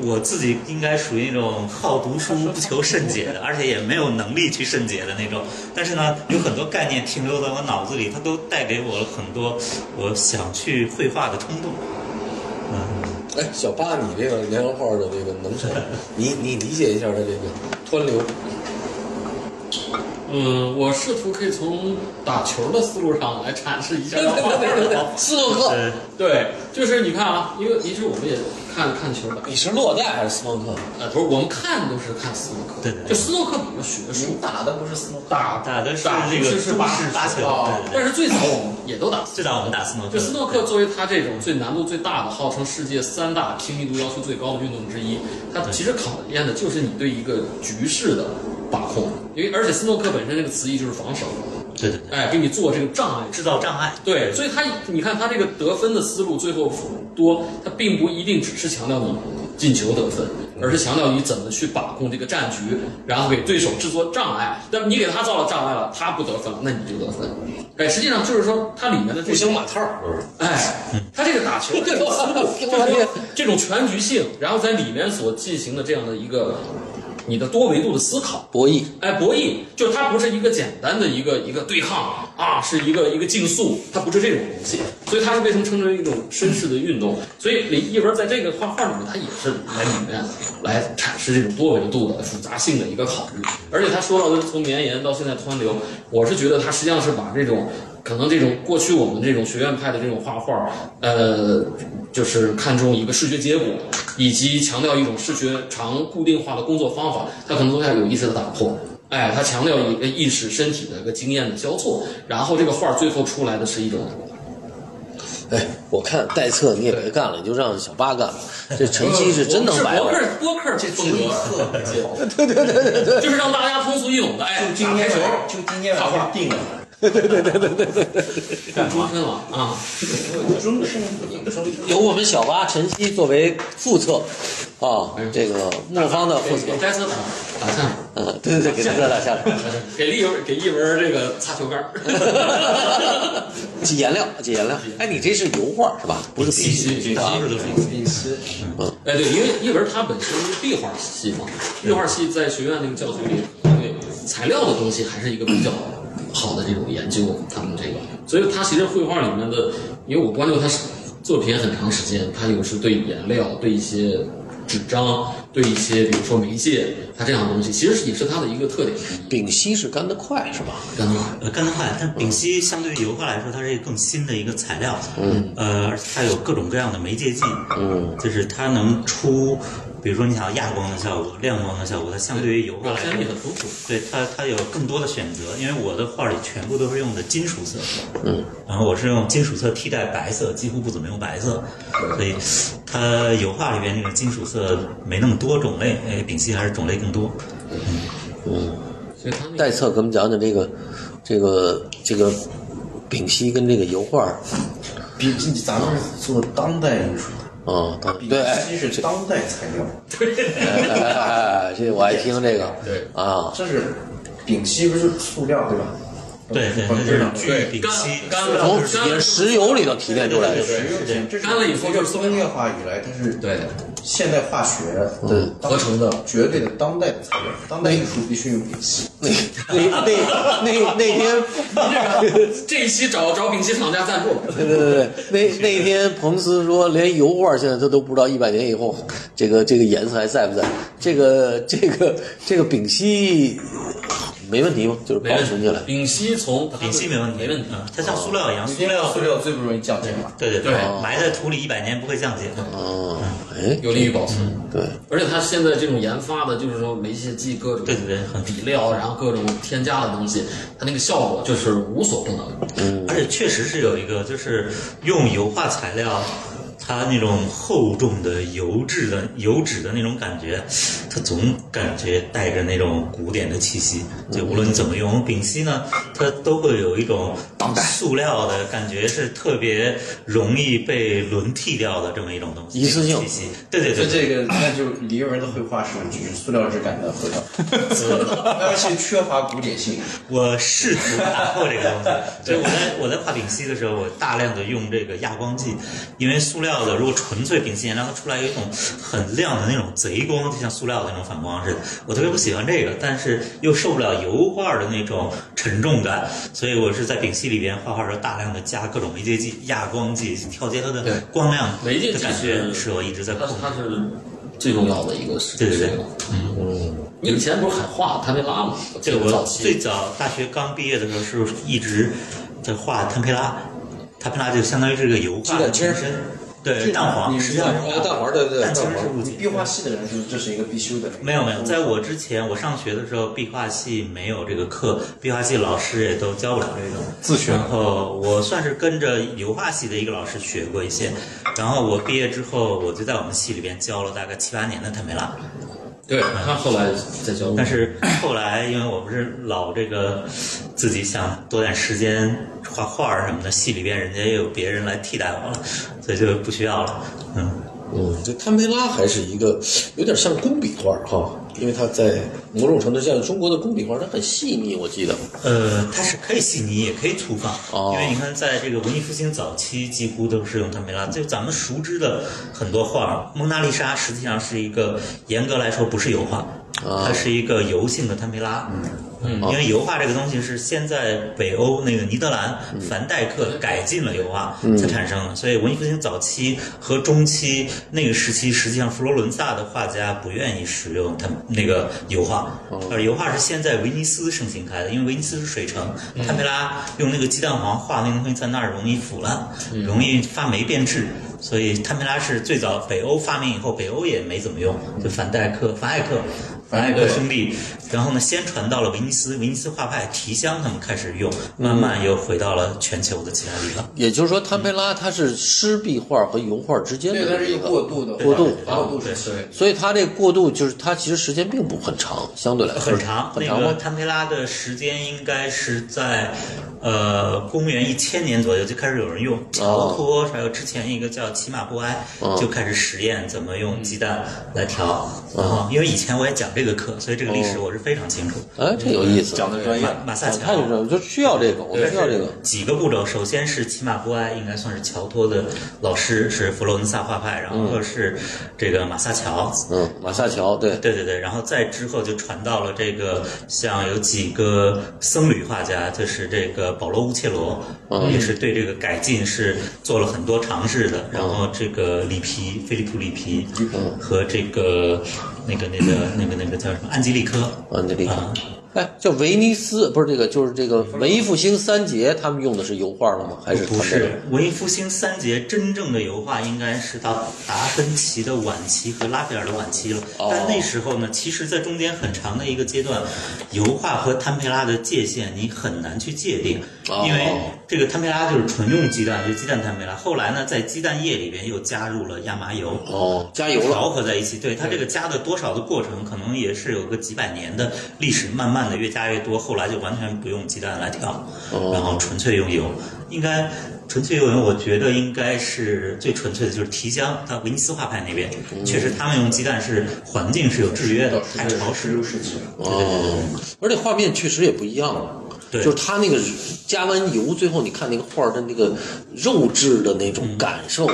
Speaker 4: 我自己应该属于那种好读书不求甚解的，而且也没有能力去甚解的那种。但是呢，有很多概念停留在我脑子里，它都带给我了很多我想去绘画的冲动。
Speaker 1: 哎，小八，你这个连环画的这个能手，你你理解一下它这个湍 [LAUGHS] 流，
Speaker 2: 嗯，我试图可以从打球的思路上来阐释一下这画面的好坏。
Speaker 1: 斯诺 [LAUGHS] 克，
Speaker 4: 呃，
Speaker 2: 对，就是你看啊，因为其实我们也看看球的，
Speaker 1: 你是落袋还是斯诺克？
Speaker 2: 呃，不是我们看都是看斯诺克，
Speaker 4: 对对对
Speaker 2: 就斯诺克比较学术，
Speaker 5: 打的不是斯诺克，
Speaker 2: 打
Speaker 4: 打的是
Speaker 2: 打
Speaker 4: 这个
Speaker 2: 是八
Speaker 4: 中式八球
Speaker 2: 啊
Speaker 4: 对对对
Speaker 2: 但是最早我们也都打斯诺克
Speaker 4: 最早我们打斯诺克，
Speaker 2: 就斯诺克作为他这种最难度最大的，号称世界三大亲密度要求最高的运动之一，它其实考验的就是你对一个局势的把控。因为而且斯诺克本身这个词义就是防守，
Speaker 4: 对对对，
Speaker 2: 哎，给你做这个障碍。
Speaker 4: 制造障碍，
Speaker 2: 对，所以他你看他这个得分的思路，最后多，他并不一定只是强调你进球得分，而是强调你怎么去把控这个战局，然后给对手制作障碍。那么你给他造了障碍了，他不得分了，那你就得分。哎，实际上就是说，它里面的这
Speaker 7: 不
Speaker 2: 个
Speaker 7: 行马套儿，
Speaker 2: 哎，他这个打球这种思路，就是说这种全局性，然后在里面所进行的这样的一个你的多维度的思考，
Speaker 1: 博弈，
Speaker 2: 哎，博弈就是它不是一个简单的一个一个对抗啊，是一个一个竞速，它不是这种东西，所以它是为什么称之为一种绅士的运动？所以李一文在这个画画里面，他也是来里面来阐释这种多维度的复杂性的一个考虑，而且他说到的是从绵延到现在湍流，我是觉得他实际上是把这种。可能这种过去我们这种学院派的这种画画，呃，就是看重一个视觉结果，以及强调一种视觉常固定化的工作方法，它可能都在有意识的打破。哎，它强调一个意识、身体的一个经验的交错，然后这个画最后出来的是一种
Speaker 1: 哎，我看代测你也别干了，你就让小八干了。这晨曦是真能摆
Speaker 2: 博
Speaker 1: 了
Speaker 2: 客。播客这风格，
Speaker 1: 对对对对对
Speaker 2: [LAUGHS] 就是让大家通俗易懂的。哎，
Speaker 5: 就今天晚上，就今天晚上定了。
Speaker 2: 干中分了啊！
Speaker 5: 中是一个
Speaker 1: 由我们小八晨曦作为副测，啊，这个莫方的
Speaker 2: 给
Speaker 1: 副测
Speaker 2: 给，摘斯打打下，
Speaker 1: 嗯，对对对，给他咱俩哎下手。
Speaker 2: 给立文给一文这个擦球杆儿。
Speaker 1: [LAUGHS]
Speaker 2: [LAUGHS]
Speaker 1: 挤颜料，挤颜料。哎，你这是油画是吧？不是
Speaker 4: 丙烯丙烯是都是丙烯，
Speaker 2: 哎，对，因为一文他本身是壁画系嘛，壁画系在学院那个教学里，对材料的东西还是一个比较好的这种研究，他们这个，所以他其实绘画里面的，因为我关注他作品很长时间，他有时对颜料、对一些纸张、对一些比如说媒介，他这样的东西，其实也是他的一个特点。
Speaker 1: 丙烯是干得快是吧？
Speaker 2: 干画，
Speaker 4: 呃，干得快，但丙烯相对于油画来说，它是一个更新的一个材料，嗯，呃，而且它有各种各样的媒介剂，嗯，就是它能出，比如说你想要亚光的效果、亮光的效果，它相对于油画
Speaker 2: 表
Speaker 4: 来
Speaker 2: 现
Speaker 4: 说
Speaker 2: 力，很丰富。
Speaker 4: 对它它有更多的选择，因为我的画里全部都是用的金属色，嗯，然后我是用金属色替代白色，几乎不怎么用白色，所以它油画里边那个金属色没那么多种类，哎，丙烯还是种类更多，
Speaker 2: 所以他那个
Speaker 1: 代测给我们讲讲这个，这个这个丙烯跟这个油画
Speaker 5: 比咱们是做当代艺术的，
Speaker 1: 啊，当
Speaker 5: 比
Speaker 1: 对，哎
Speaker 5: 西是当代材料，
Speaker 1: [LAUGHS] 哎，这我爱听这个，
Speaker 2: 对
Speaker 1: 啊，
Speaker 5: 这是丙烯不是塑料对吧？
Speaker 4: 对对，
Speaker 5: 嗯
Speaker 4: 那就是聚
Speaker 2: 对
Speaker 4: 丙
Speaker 2: 干
Speaker 4: 烯，
Speaker 2: 干了
Speaker 1: 从
Speaker 2: 干
Speaker 1: 也是
Speaker 2: 了
Speaker 1: 石油里头提炼出来的，
Speaker 4: 对对对。
Speaker 5: 这是
Speaker 2: 干了以后就是塑料
Speaker 5: 工业化以来，它是
Speaker 2: 对
Speaker 5: 现代化学的
Speaker 2: 合成的
Speaker 5: 绝对的当代的材料，当代艺术必须用丙烯。
Speaker 1: 那那那那那 [LAUGHS] 天，
Speaker 2: 这个这一期找找丙烯厂家赞助了。
Speaker 1: 对对对，对那那天彭斯说，连油画现在他都不知道一百年以后这个这个颜色还在不在，这个这个这个丙烯没问题吗？就是保
Speaker 2: 没问
Speaker 1: 存起来
Speaker 2: 题，。丙烯从
Speaker 4: 丙烯没问题，
Speaker 2: 没问题。
Speaker 4: 嗯，它像塑料一样，塑料，
Speaker 5: 塑料最不容易降解嘛。
Speaker 4: 对对
Speaker 2: 对
Speaker 4: 埋在土里一百年不会降解。
Speaker 1: 哦，哎，
Speaker 2: 有利于保存。
Speaker 1: 对，
Speaker 2: 而且它现在这种研发的，就是说媒介剂各种
Speaker 4: 对对对很
Speaker 2: 底料，然后各种添加的东西，它那个效果就是无所不能。
Speaker 4: 而且确实是有一个，就是用油画材料，它那种厚重的油质的油脂的那种感觉，它总感觉带着那种古典的气息。就无论你怎么用，丙烯呢，它都会有一种塑料的感觉，是特别容易被轮替掉的这么一种东西。
Speaker 1: 一次性
Speaker 4: 这种气息，对对
Speaker 5: 就
Speaker 4: 对，对
Speaker 5: 这个，那就李文的绘画是就是塑料质感的绘画，而且缺乏古典性。
Speaker 4: 我试图打破这个东西， [LAUGHS] 所以我在我在画丙烯的时候，我大量的用这个亚光剂，因为塑料的如果纯粹丙烯颜料，它出来有一种很亮的那种贼光，就像塑料的那种反光似的。我特别不喜欢这个，但是又受不了油画的那种沉重感，所以我是在丙烯里边画画的时候，大量的加各种媒介剂、亚光剂，调节它的
Speaker 2: 对
Speaker 4: 光亮
Speaker 2: 媒介
Speaker 4: 的
Speaker 2: 剂
Speaker 4: 感觉，
Speaker 2: 是
Speaker 4: 是我一直在
Speaker 2: 它
Speaker 4: 控
Speaker 2: 是
Speaker 4: 制。
Speaker 2: 它是最重要的一个
Speaker 4: 对对对
Speaker 2: 嗯，你以前不是海画它没拉吗？
Speaker 4: 这个
Speaker 2: 早
Speaker 4: 我
Speaker 2: 期
Speaker 4: 最早大学刚毕业的时候，是一直在画坦佩拉，坦佩拉就相当于是个油画的前身，对，蛋黄，实际上
Speaker 7: 呃蛋黄对对对
Speaker 4: 蛋清
Speaker 7: 蛋黄
Speaker 4: 是误解。
Speaker 5: 壁画系的人是这是一个必修的。
Speaker 4: 没有没有，在我之前，我上学的时候，壁画系没有这个课，壁画系老师也都教不了这种
Speaker 7: 自学
Speaker 4: 然后我算是跟着油画系的一个老师学过一些，然后我毕业之后，我就在我们系里边教了大概七八年的坦梅拉。
Speaker 2: 对他后来在教，
Speaker 4: 嗯但是后来，因为我不是老这个自己想多点时间画画儿什么的，系里边人家也有别人来替代我了，所以就不需要了。嗯，
Speaker 1: 嗯，这堪培拉还是一个有点像工笔画哈，因为它在某种程度上中国的工笔画，它很细腻，我记得。
Speaker 4: 呃，它是可以细腻，也可以粗放，
Speaker 1: 哦
Speaker 4: 因为你看，在这个文艺复兴早期，几乎都是用堪培拉。就咱们熟知的很多画儿，《蒙娜丽莎》实际上是一个严格来说不是油画，
Speaker 1: 啊
Speaker 4: 它是一个油性的堪培拉。嗯，因为油画这个东西是先在北欧那个尼德兰凡戴克改进了油画才产生的，所以文艺复兴早期和中期那个时期，实际上佛罗伦萨的画家不愿意使用他们那个油画，而油画是先在威尼斯盛行开的，因为威尼斯是水城，堪培拉用那个鸡蛋黄画那个东西在那儿容易腐烂，容易发霉变质。所以堪培拉是最早北欧发明以后，北欧也没怎么用，就凡戴克、凡艾克、嗯凡艾克兄弟，然后呢，先传到了威尼斯，威尼斯画派提香他们开始用，慢慢又回到了全球的其他地方。
Speaker 1: 也就是说，堪培拉它是湿壁画和油画之间的
Speaker 5: 对，它是一
Speaker 1: 个
Speaker 5: 过渡的
Speaker 1: 过渡
Speaker 5: 过渡时
Speaker 4: 对
Speaker 5: 期。
Speaker 1: 所以它这个过渡就是它其实时间并不很长，相对来说
Speaker 4: 很长，
Speaker 1: 很
Speaker 4: 那
Speaker 1: 长
Speaker 4: 个
Speaker 1: 吗？
Speaker 4: 堪培拉的时间应该是在，呃，公元一千年左右就开始有人
Speaker 1: 哦
Speaker 4: 用乔托，还有之前一个叫骑马布埃，就开始实验怎么用鸡蛋来调。
Speaker 1: 哦
Speaker 4: 然后，因为以前我也讲这个课，所以这个历史我是非常清楚。
Speaker 1: 哎，这有意思，哎
Speaker 6: 讲的专业
Speaker 4: 马。马萨
Speaker 1: 太
Speaker 4: 乔
Speaker 1: 有意思，就需要这个，我们需要这个。
Speaker 4: 几个步骤，首先是骑马布埃，应该算是乔托的老师，是佛罗伦萨画派，然后是这个马萨乔，
Speaker 1: 嗯，马萨乔对，
Speaker 4: 对对对，然后再之后就传到了这个，像有几个僧侣画家，就是这个保罗·乌切罗，
Speaker 1: 嗯
Speaker 4: 也是对这个改进是做了很多尝试的。然后这个里皮，菲利普·里皮
Speaker 1: 嗯
Speaker 4: 和这个那个那个那个那个叫什么安吉利科，
Speaker 1: 安吉利科
Speaker 4: 啊
Speaker 1: 哎，叫威尼斯不是这个，就是这个文艺复兴三杰，他们用的是油画了吗？还是
Speaker 4: 不
Speaker 1: 他们
Speaker 4: 是文艺复兴三杰真正的油画，应该是到达芬奇的晚期和拉斐尔的晚期了。
Speaker 1: 哦
Speaker 4: 但那时候呢，其实，在中间很长的一个阶段，油画和堪培拉的界限你很难去界定，
Speaker 1: 哦
Speaker 4: 因为这个堪培拉就是纯用鸡蛋，就是鸡蛋堪培拉。后来呢，在鸡蛋液里边又加入了亚麻油。
Speaker 1: 哦，加油了，
Speaker 4: 调和在一起，对它这个加的多少的过程，可能也是有个几百年的历史，慢慢的越加越多，后来就完全不用鸡蛋来调，然后纯粹用油。应该纯粹用油，我觉得应该是最纯粹的，就是提香。它威尼斯画派那边，确实他们用鸡蛋是环境是有制约的，太潮湿了。
Speaker 5: 时期，
Speaker 1: 哦，而且画面确实也不一样了。
Speaker 4: 对
Speaker 1: 就是他那个加完油，最后你看那个画儿的那个肉质的那
Speaker 4: 嗯
Speaker 1: 种感受，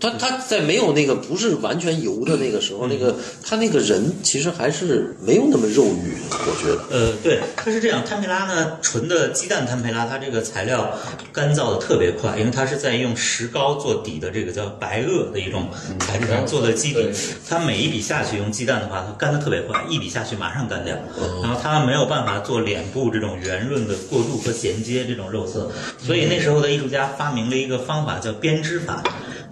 Speaker 1: 他他在没有那个不是完全油的那个时候，那
Speaker 4: 嗯
Speaker 1: 个他那个人其实还是没有那么肉欲的，我觉得。
Speaker 4: 呃，对，它是这样，堪培拉呢，纯的鸡蛋堪培拉，它这个材料干燥的特别快，因为它是在用石膏做底的，这个叫白垩的一种材质上做的基底
Speaker 2: 对。
Speaker 4: 它每一笔下去用鸡蛋的话，它干的特别快，一笔下去马上干掉。然后它没有办法做脸部这种圆润的过渡和衔接这种肉色，所以那时候的艺术家发明了一个方法叫编织法。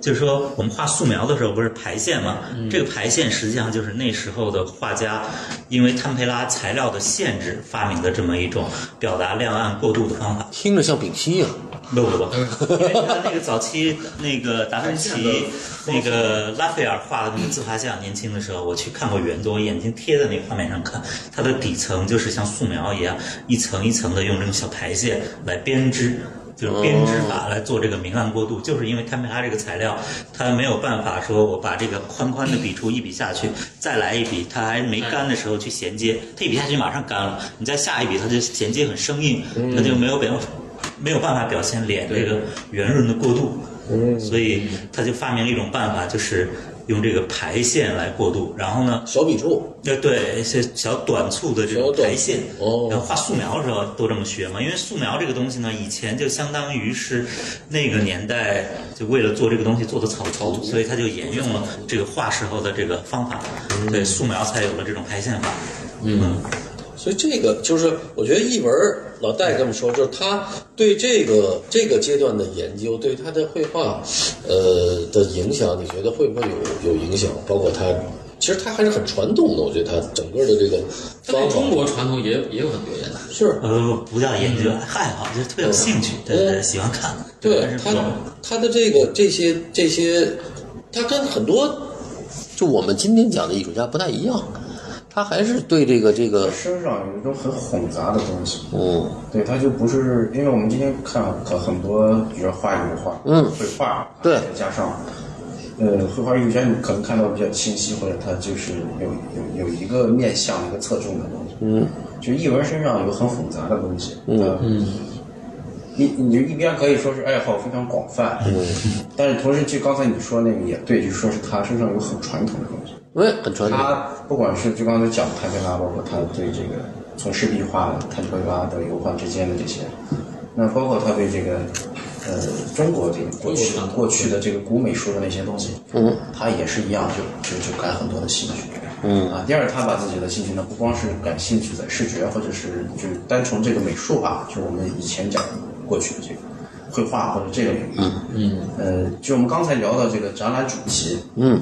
Speaker 4: 就是说，我们画素描的时候不是排线吗？这个排线实际上就是那时候的画家，因为堪培拉材料的限制发明的这么一种表达亮暗过渡的方法。
Speaker 1: 听着像丙烯啊，
Speaker 4: 不不不，因为他那个早期那个达芬奇、那个拉斐尔画的那个自画像，年轻的时候我去看过原作，我眼睛贴在那个画面上看，它的底层就是像素描一样，一层一层的用这种小排线来编织。就是编织法来做这个明暗过渡，就是因为堪培拉这个材料，它没有办法说我把这个宽宽的笔触一笔下去，再来一笔，它还没干的时候去衔接，它一笔下去马上干了，你再下一笔它就衔接很生硬，它就没有表没有办法表现脸这个圆润的过渡，
Speaker 1: 嗯
Speaker 4: 所以他就发明了一种办法，就是用这个排线来过渡。然后呢，
Speaker 1: 小笔触。
Speaker 4: 呃，对一些小短促的这
Speaker 1: 小
Speaker 4: 种
Speaker 1: 短
Speaker 4: 排线，
Speaker 1: 哦
Speaker 4: 然后画素描的时候都这么学嘛，因为素描这个东西呢，以前就相当于是那个年代就为了做这个东西做的草
Speaker 1: 嗯
Speaker 4: 图，所以他就沿用了这个画时候的这个方法，
Speaker 1: 嗯
Speaker 4: 对素描才有了这种排线法。嗯，
Speaker 1: 所以这个就是，我觉得译文老戴这么说，就是他对这个这个阶段的研究，对他的绘画，呃的影响，你觉得会不会有有影响？包括他，其实他还是很传统的，我觉得他整个的这个
Speaker 2: 他对
Speaker 1: 方
Speaker 2: 中
Speaker 1: 法
Speaker 2: 国传统也也有很多研究。
Speaker 1: 是
Speaker 4: 呃，不叫研究爱好，就是特别有兴趣，对对对，喜欢看，
Speaker 1: 嗯啊对
Speaker 4: 但是不
Speaker 1: 他
Speaker 4: 懂。
Speaker 1: 他的这个这些这些，他跟很多就我们今天讲的艺术家不太一样。他还是对这个这个，
Speaker 5: 身上有一种很混杂的东西，
Speaker 1: 嗯
Speaker 5: 对，它就不是因为我们今天看看很多，比如说画油画，
Speaker 1: 嗯
Speaker 5: 绘画，啊
Speaker 1: 对
Speaker 5: 再加上，呃，绘画有些你可能看到比较清晰，或者它就是有有有一个面向一个侧重的东西，嗯，就艺文身上有很复杂的东西，嗯嗯。你你就一边可以说是爱好非常广泛，嗯，但是同时就刚才你说那个也对，就说是他身上有很传统的东西，
Speaker 1: 哎，很传统，
Speaker 5: 他不管是就刚才讲潘菲拉，包括他对这个呃从湿壁画、潘菲拉的油画之间的这些，那包括他对这个呃中国这个过去过去的这个古美术的那些东西，嗯，他也是一样就就就感很多的兴趣。嗯啊，第二，他把自己的兴趣呢，不光是感兴趣在视觉，或者是就单从这个美术啊，就我们以前讲过去的这个绘画或者这个领域，嗯嗯，呃，就我们刚才聊到这个展览主题，
Speaker 1: 嗯，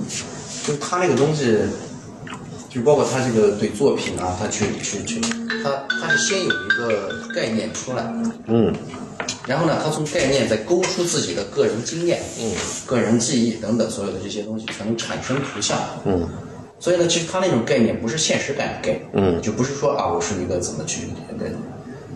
Speaker 5: 就是他那个东西，就包括他这个对作品啊，他去去去，他他是先有一个概念出来，
Speaker 1: 嗯，
Speaker 5: 然后呢，他从概念再勾出自己的个人经验，嗯，个人记忆等等所有的这些东西，才能产生图像，嗯。所以呢，其实他那种概念不是现实感的概念，嗯，就不是说啊，我是一个怎么去那个，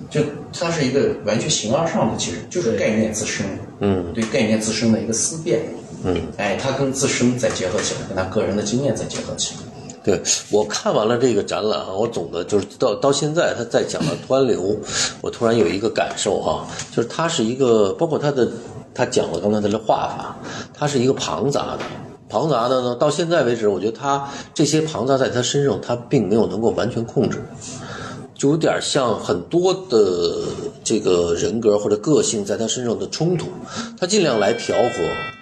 Speaker 5: 就它是一个完全形而上的，其实就是概念自身，嗯，对概念自身的一个思辨，嗯，哎，它跟自身再结合起来，跟他个人的经验再结合起来，
Speaker 1: 对我看完了这个展览啊，我总的就是到到现在他在讲到湍流，我突然有一个感受哈、就是它是一个包括它的他讲了刚才他的画法，它是一个庞杂的。庞杂的呢，到现在为止，我觉得他这些庞杂在他身上，他并没有能够完全控制。就有点像很多的这个人格或者个性在他身上的冲突，他尽量来调和。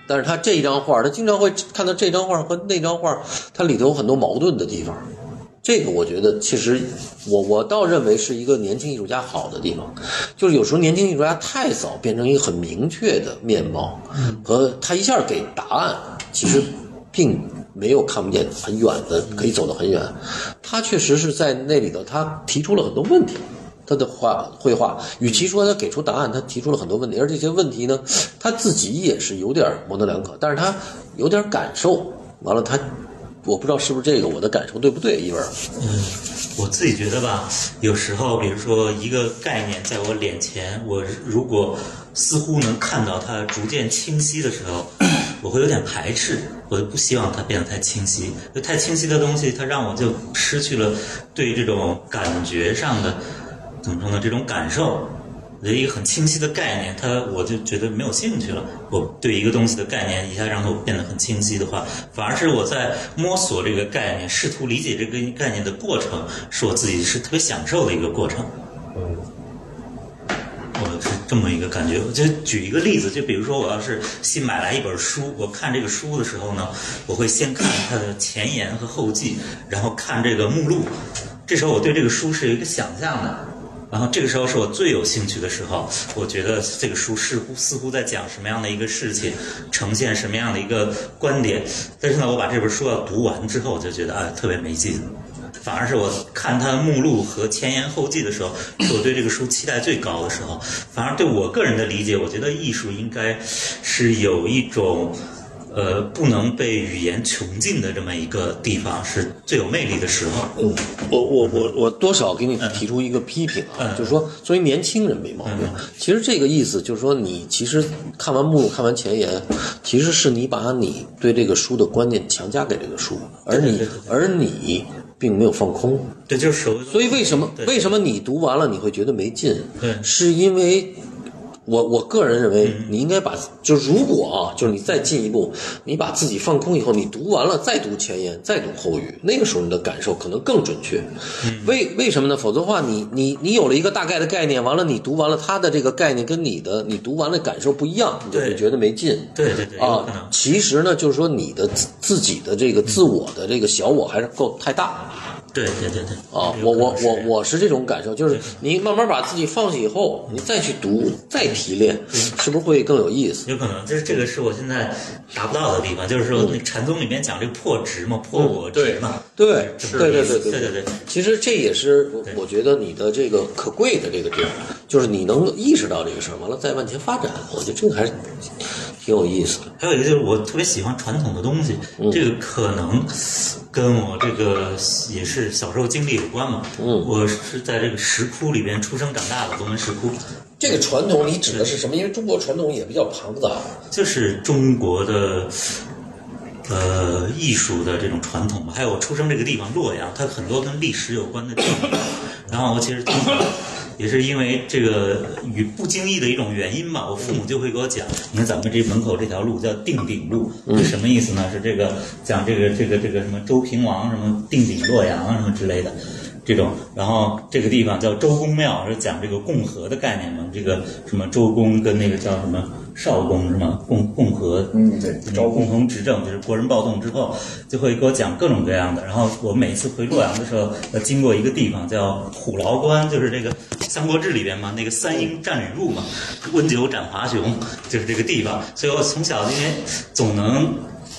Speaker 1: 但是他这一张画，他经常会看到这张画和那张画，它里头有很多矛盾的地方。这个我觉得，其实我我倒认为是一个年轻艺术家好的地方，就是有时候年轻艺术家太早变成一个很明确的面貌，和他一下给答案，其实并没有看不见很远的，可以走得很远。他确实是在那里头，他提出了很多问题。他的画绘画，与其说他给出答案，他提出了很多问题，而这些问题呢，他自己也是有点模棱两可，但是他有点感受，完了他，我不知道是不是这个我的感受对不对，一文儿，
Speaker 4: 我自己觉得吧，有时候比如说一个概念在我脸前，我如果似乎能看到它逐渐清晰的时候，我会有点排斥，我就不希望它变得太清晰。就太清晰的东西，它让我就失去了对这种感觉上的怎么说呢？这种感受。我觉得一个很清晰的概念，它我就觉得没有兴趣了。我对一个东西的概念一下让我变得很清晰的话，反而是我在摸索这个概念、试图理解这个概念的过程，是我自己是特别享受的一个过程。我是这么一个感觉。我就举一个例子，就比如说我要是新买来一本书，我看这个书的时候呢，我会先看它的前言和后记，然后看这个目录。这时候我对这个书是有一个想象的，然后这个时候是我最有兴趣的时候。我觉得这个书似乎似乎在讲什么样的一个事情，呈现什么样的一个观点。但是呢，我把这本书要读完之后，我就觉得啊、特别没劲。反而是我看它目录和前言后记的时候，是我对这个书期待最高的时候。反而对我个人的理解，我觉得艺术应该是有一种。呃，不能被语言穷尽的这么一个地方是最有魅力的时候。
Speaker 1: 我我我我多少给你提出一个批评啊，
Speaker 4: 嗯
Speaker 1: 就是说作为年轻人没毛病，其实这个意思就是说你其实看完目录、看完前言，其实是你把你对这个书的观念强加给这个书，而你
Speaker 4: 对对对对
Speaker 1: 而你并没有放空。
Speaker 4: 对，就是所谓的
Speaker 1: 所以为什么
Speaker 4: 对
Speaker 1: 为什么你读完了你会觉得没劲？
Speaker 4: 对嗯
Speaker 1: 是因为我我个人认为你应该把，就如果啊，就是你再进一步，你把自己放空以后，你读完了再读前言，再读后语，那个时候你的感受可能更准确。
Speaker 4: 嗯
Speaker 1: 为为什么呢？否则的话，你你你有了一个大概的概念，完了你读完了他的这个概念跟你的你读完了感受不一样，你就会
Speaker 4: 对
Speaker 1: 觉得没劲。
Speaker 4: 对对对，有可能
Speaker 1: 啊，其实呢，就是说你的自自己的这个自我的这个小我还是够太大。
Speaker 4: 对对对对
Speaker 1: 啊，
Speaker 4: 有
Speaker 1: 我我我
Speaker 4: 可能是这样
Speaker 1: 我是这种感受，就是你慢慢把自己放下以后，你再去读，再提炼，
Speaker 4: 嗯
Speaker 1: 是不是会更有意思？
Speaker 4: 有可能，就是这个是我现在达不到的地方，就是说那个禅宗里面讲这个破执嘛，破我执嘛，
Speaker 1: 对，嗯对对
Speaker 4: 是这个意思
Speaker 1: 对
Speaker 4: 对
Speaker 1: 对
Speaker 4: 对对
Speaker 1: 其实这也是我我觉得你的这个可贵的这个地儿，就是你能意识到这个事儿，完了再往前发展，我觉得这个还是挺有意思的。
Speaker 4: 还有一个就是我特别喜欢传统的东西，这个可能跟我这个也是小时候经历有关嘛。嗯，我是在这个石窟里边出生长大的，东门石窟
Speaker 7: 这个传统你指的是什么？因为中国传统也比较庞杂，
Speaker 4: 就是中国的。呃，艺术的这种传统吧，还有我出生这个地方洛阳，它很多跟历史有关的地方。然后我其实从小也是因为这个与不经意的一种原因吧，我父母就会给我讲，你看咱们这门口这条路叫定鼎路，
Speaker 5: 嗯
Speaker 4: 是什么意思呢？是这个讲这个这个这个什么周平王什么定鼎洛阳啊什么之类的。这种，然后这个地方叫周公庙，是讲这个共和的概念嘛？这个什么周公跟那个叫什么少公是吗？共共和，
Speaker 5: 嗯对
Speaker 4: 招共同执政，就是国人暴动之后，就会给我讲各种各样的。然后我每次回洛阳的时候，要经过一个地方叫虎牢关，就是这个《三国志》里边嘛，那个三英战吕布嘛，温酒斩华雄，就是这个地方。所以我从小因为总能。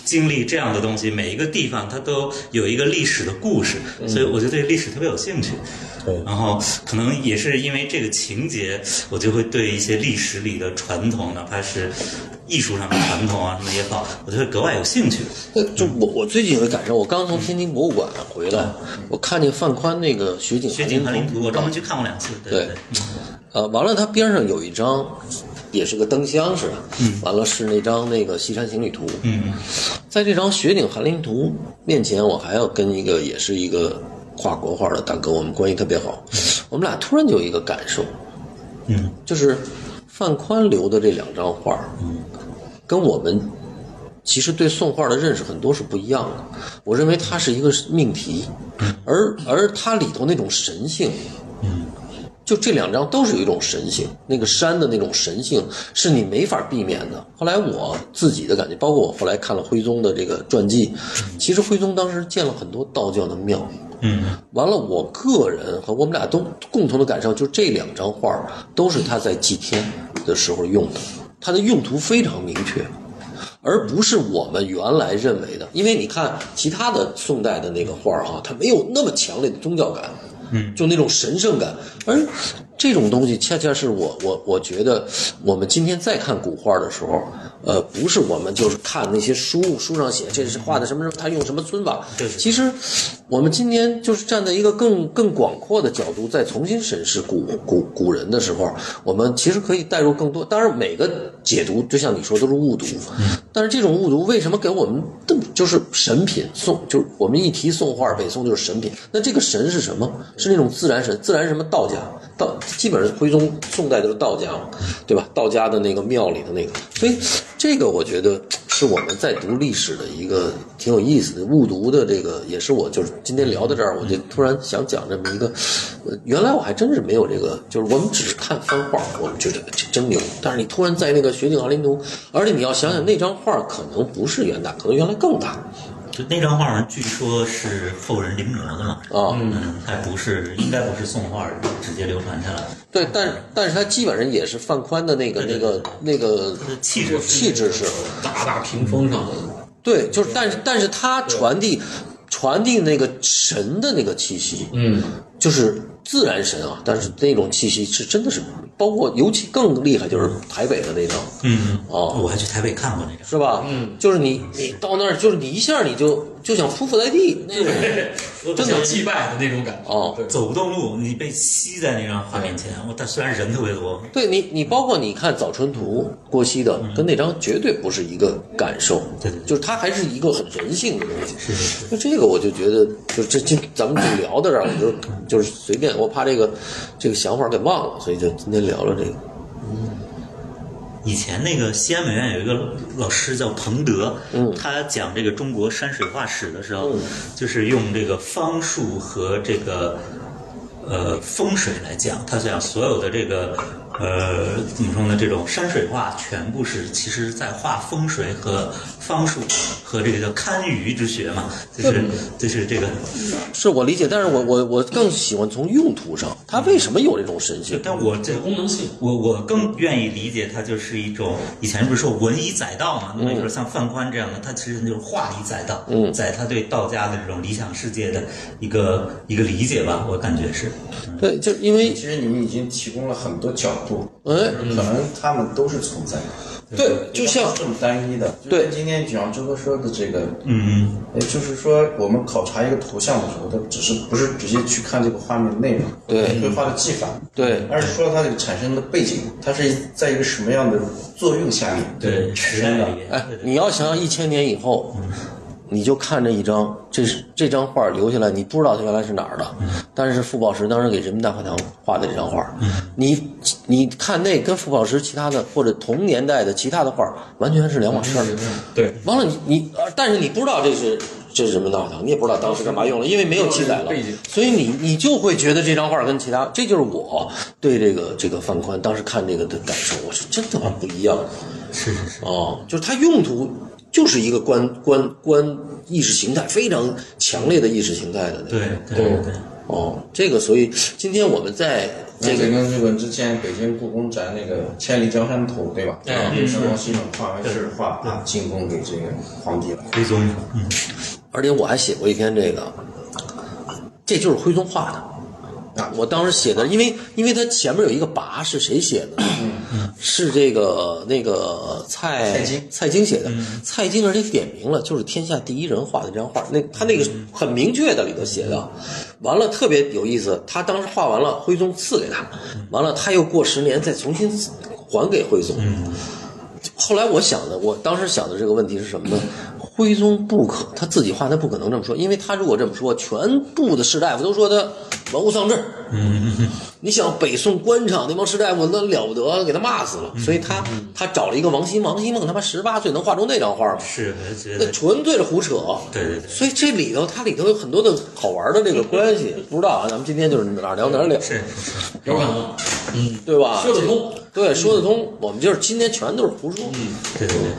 Speaker 4: 经历这样的东西，每一个地方它都有一个历史的故事，
Speaker 1: 嗯
Speaker 4: 所以我就对历史特别有兴趣。然后可能也是因为这个情节，我就会对一些历史里的传统，哪怕是艺术上的传统啊什么也好，我就会格外有兴趣。
Speaker 1: 呃 [LAUGHS] 就我我最近有个感受，我刚从天津博物馆回来，我看见范宽那个雪景
Speaker 4: 雪
Speaker 1: 寒
Speaker 4: 嗯景
Speaker 1: 林
Speaker 4: 和
Speaker 1: 图
Speaker 4: 林图，我专门去看过两次。
Speaker 1: 嗯
Speaker 4: 对
Speaker 1: 对
Speaker 4: 对，嗯
Speaker 1: 呃，完了，它边上有一张，也是个灯箱似的，完了是那张那个《西山行旅图》。
Speaker 4: 嗯，
Speaker 1: 在这张雪景寒林图面前，我还要跟一个也是一个画国画的大哥，我们关系特别好，我们俩突然就有一个感受，
Speaker 4: 嗯，
Speaker 1: 就是范宽留的这两张画，嗯，跟我们其实对宋画的认识很多是不一样的。我认为它是一个命题，
Speaker 4: 嗯
Speaker 1: 而而它里头那种神性，就这两张都是有一种神性，那个山的那种神性是你没法避免的。后来我自己的感觉，包括我后来看了徽宗的这个传记，其实徽宗当时建了很多道教的庙。
Speaker 4: 嗯，
Speaker 1: 完了，我个人和我们俩都共同的感受，就这两张画儿都是他在祭天的时候用的，它的用途非常明确。而不是我们原来认为的，因为你看其他的宋代的那个画儿哈、它没有那么强烈的宗教感，嗯，就那种神圣感。而这种东西恰恰是我我我觉得我们今天再看古画的时候，呃，不是我们就是看那些书书上写这是画的什么什么，他用什么皴法，
Speaker 4: 对
Speaker 1: 其实我们今天就是站在一个更更广阔的角度，再重新审视古古古人的时候，我们其实可以带入更多。当然，每个解读就像你说都是误读，但是这种误读为什么给我们这么就是神品宋？就是我们一提宋画，北宋就是神品。那这个神是什么？是那种自然神，自然什么道家。道基本上徽宗宋代都是道家嘛，对吧？道家的那个庙里的那个，所以这个我觉得是我们在读历史的一个挺有意思的误读的这个，也是我就是今天聊到这儿，我就突然想讲这么一个，呃原来我还真是没有这个，就是我们只是看翻画，我们觉得这真牛，但是你突然在那个雪景寒林图，而且你要想想那张画可能不是原大，可能原来更大
Speaker 4: 就那张画据说是后人临摹的嘛，
Speaker 1: 啊。
Speaker 4: 嗯，还不是应该不是宋画直接流传下来的，
Speaker 1: 对，但但是它基本上也是范宽的那个那个那个
Speaker 4: 它的气质
Speaker 1: 气质是，
Speaker 2: 大大屏风上的
Speaker 1: 对，就是，但是但是它传递传递那个神的那个气息，嗯，就是自然神啊，但是那种气息是真的是，包括尤其更厉害就是台北的那张，
Speaker 4: 嗯，
Speaker 1: 哦
Speaker 4: 我还去台北看过那张。
Speaker 1: 是吧？嗯，就是你你到那儿，就是你一下你就就想匍匐在地那种，
Speaker 2: 真想祭拜的那种感觉。
Speaker 1: 哦
Speaker 2: 对
Speaker 4: 走不动路，你被吸在那张画面前。我但虽然人特别多，
Speaker 1: 对你，你包括你看《早春图》郭熙的，跟那张绝对不是一个感受，
Speaker 4: 对对对
Speaker 1: 就是它还是一个很人性的东西。是是就这个，我就觉得，就这这，咱们就聊到这儿，我 [CLEARS THROAT] 就就是随便，我怕这个这个想法给忘了，所以就今天聊了这个。
Speaker 4: 以前那个西安美院有一个老师叫彭德，他讲这个中国山水画史的时候，就是用这个方术和这个呃风水来讲，他讲所有的这个呃怎么说呢，这种山水画全部是其实在画风水和方术和这个叫堪舆之学嘛，就是就是这个，
Speaker 1: 是我理解，但是我我我更喜欢从用途上，它为什么有这种神性？
Speaker 4: 但我这
Speaker 2: 有功能性，
Speaker 4: 我我更愿意理解它就是一种以前不是说文以载道嘛，那么就是像范宽这样的，他其实就是画以载道，嗯，载他对道家的这种理想世界的一个一个理解吧，我感觉是。
Speaker 1: 对，就因为
Speaker 5: 其实你们已经提供了很多角度，
Speaker 1: 哎
Speaker 5: 可能他们都是存在的。
Speaker 1: 对，嗯就像
Speaker 5: 这么单一的，就
Speaker 1: 对
Speaker 5: 跟今天蒋之哥说的这个，
Speaker 4: 嗯，
Speaker 5: 哎，就是说我们考察一个图像的时候，它只是不是直接去看这个画面内容，
Speaker 1: 对
Speaker 5: 绘画的技法，
Speaker 1: 对
Speaker 5: 而是说它这个产生的背景，它是在一个什么样的作用下面
Speaker 4: 对，
Speaker 5: 产
Speaker 4: 时
Speaker 5: 生
Speaker 4: 代
Speaker 5: 的
Speaker 4: 语。言，
Speaker 1: 哎
Speaker 4: 对，对
Speaker 1: 你要想想一千年以后，你就看这一张，这是这张画留下来，你不知道它原来是哪儿的，但是傅抱石当时给人民大会堂画的这张画，你你看那跟傅抱石其他的或者同年代的其他的画完全是两码事儿。
Speaker 4: 对，
Speaker 1: 完了你你，呃但是你不知道这是这是人民大会堂，你也不知道当时干嘛用了，因为没有记载了
Speaker 2: 背景，
Speaker 1: 所以你你就会觉得这张画跟其他，这就是我对这个这个范宽当时看这个的感受，我是真他妈不一样。
Speaker 4: 是是是，
Speaker 1: 哦，就是它用途就是一个观观观意识形态非常强烈的意识形态的那
Speaker 4: 对
Speaker 1: 个。
Speaker 4: 对对对，
Speaker 1: 哦，这个所以今天我们在
Speaker 5: 这
Speaker 1: 这个
Speaker 5: 个跟这个之前北京故宫展那个《千里江山图》，对吧？
Speaker 4: 嗯
Speaker 5: 啊
Speaker 2: 哎
Speaker 5: 也是王希孟画完是画啊，进贡给这个皇帝了。
Speaker 4: 徽宗，嗯，
Speaker 1: 而且我还写过一篇这个，这就是徽宗画的。啊我当时写的，因为因为它前面有一个跋是谁写的？是这个那个蔡
Speaker 5: 蔡京
Speaker 1: 蔡京写的。蔡京而且点名了，就是天下第一人画的这张画，那他那个很明确的里头写的。完了特别有意思，他当时画完了，徽宗赐给他，完了他又过十年再重新还给徽宗。后来我想的，我当时想的这个问题是什么呢？徽宗不可他自己画，他不可能这么说，因为他如果这么说，全部的士大夫都说他文物丧志。你想北宋官场那帮士大夫那了不得，给他骂死
Speaker 4: 嗯
Speaker 1: 了。所以他他找了一个王希王希孟，他妈十八岁能画出那张画吗？
Speaker 4: 是，我就觉
Speaker 1: 那
Speaker 4: 得，
Speaker 1: 纯粹是胡扯。
Speaker 4: 对对对
Speaker 1: 所以这里头它里头有很多的好玩的这个关系，不知道啊，咱们今天就是哪儿聊哪儿聊，
Speaker 4: 嗯是是是，
Speaker 2: 有可能
Speaker 1: 对吧？
Speaker 2: 说得通。
Speaker 1: 对，说得通。我们就是今天全都是胡
Speaker 4: 嗯
Speaker 1: 说。
Speaker 4: 对对对，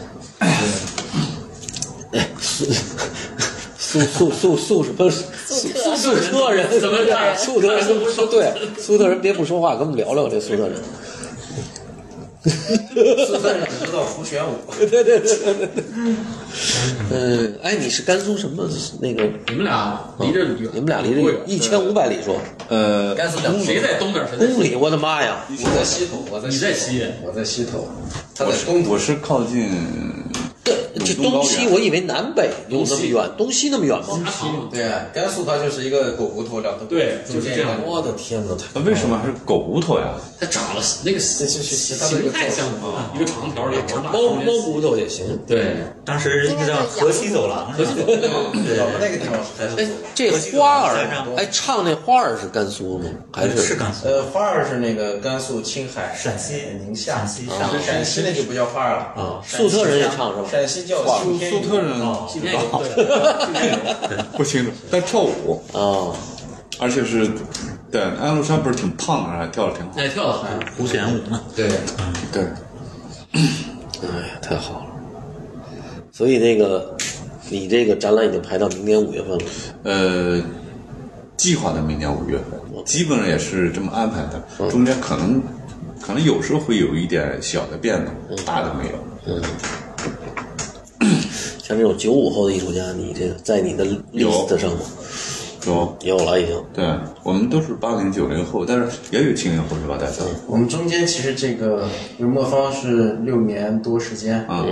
Speaker 1: 苏苏苏苏什么苏
Speaker 3: 特
Speaker 1: 苏特人
Speaker 2: 怎么了
Speaker 1: 苏特人不说对，苏特人别不说话，跟我们聊聊这苏特人。
Speaker 5: 四川人知道胡旋舞，
Speaker 1: 对对对对对对。嗯，哎，你是甘肃什么那个？
Speaker 2: 你们俩离这
Speaker 1: 你们俩离这一千五百里说
Speaker 6: 呃，
Speaker 5: 甘肃两
Speaker 2: 谁在东边，谁在西
Speaker 1: 公里，我的妈呀！
Speaker 5: 我在西头，我在
Speaker 2: 你在西
Speaker 5: 头我在西头，他
Speaker 6: 我
Speaker 5: 在
Speaker 6: 是
Speaker 5: 东
Speaker 6: 我是靠近
Speaker 1: 对，这东西我以为南北有那么远，东西那么远吗？
Speaker 2: 边？
Speaker 5: 对啊，甘肃它就是一个狗骨头两头，
Speaker 2: 对
Speaker 5: 中
Speaker 2: 就是
Speaker 5: 间
Speaker 2: 这样
Speaker 1: 我的天哪！
Speaker 6: 呃为什么还是狗骨头呀？
Speaker 2: 它长了那个形形态像吗？一个长条，一个长
Speaker 1: 猫猫骨头也行。
Speaker 2: 对，
Speaker 4: 当时那个叫河西走廊，啊河西走
Speaker 5: 我们那个地方才
Speaker 1: 哎
Speaker 5: 是。，
Speaker 1: 这花儿，哎，唱那花儿是甘肃吗？还是
Speaker 4: 嗯是甘肃，
Speaker 5: 呃，花儿是那个甘肃、青海、
Speaker 4: 陕西
Speaker 5: 哎宁夏、
Speaker 4: 陕西上海
Speaker 5: 陕西那就不叫花儿了
Speaker 1: 啊？粟特人也唱是吧？
Speaker 5: 陕西叫
Speaker 6: 苏
Speaker 5: 苏
Speaker 6: 苏特人记不着， [LAUGHS] 不清楚，哦但跳舞，
Speaker 1: 啊，
Speaker 6: 而且是，对，安禄山不是挺胖的，还跳的挺好，
Speaker 2: 哎，跳的
Speaker 4: 胡旋舞嘛，
Speaker 2: 对，
Speaker 6: 对。
Speaker 1: 哎呀，太好了！所以那个，你这个展览已经排到明年五月份了。
Speaker 6: 呃，计划的明年五月份，基本上也是这么安排的，中间可能可能有时候会有一点小的变动，大的没有。
Speaker 1: 像这种九五后的艺术家，你这个在你的
Speaker 6: 有
Speaker 1: list 上吗？
Speaker 6: 有，
Speaker 1: 有了已经。啊
Speaker 6: 对我们都是八零九零后，但是也有七零后是吧？大家
Speaker 5: 我们中间其实这个，就是墨方是六年多时间，
Speaker 6: 啊，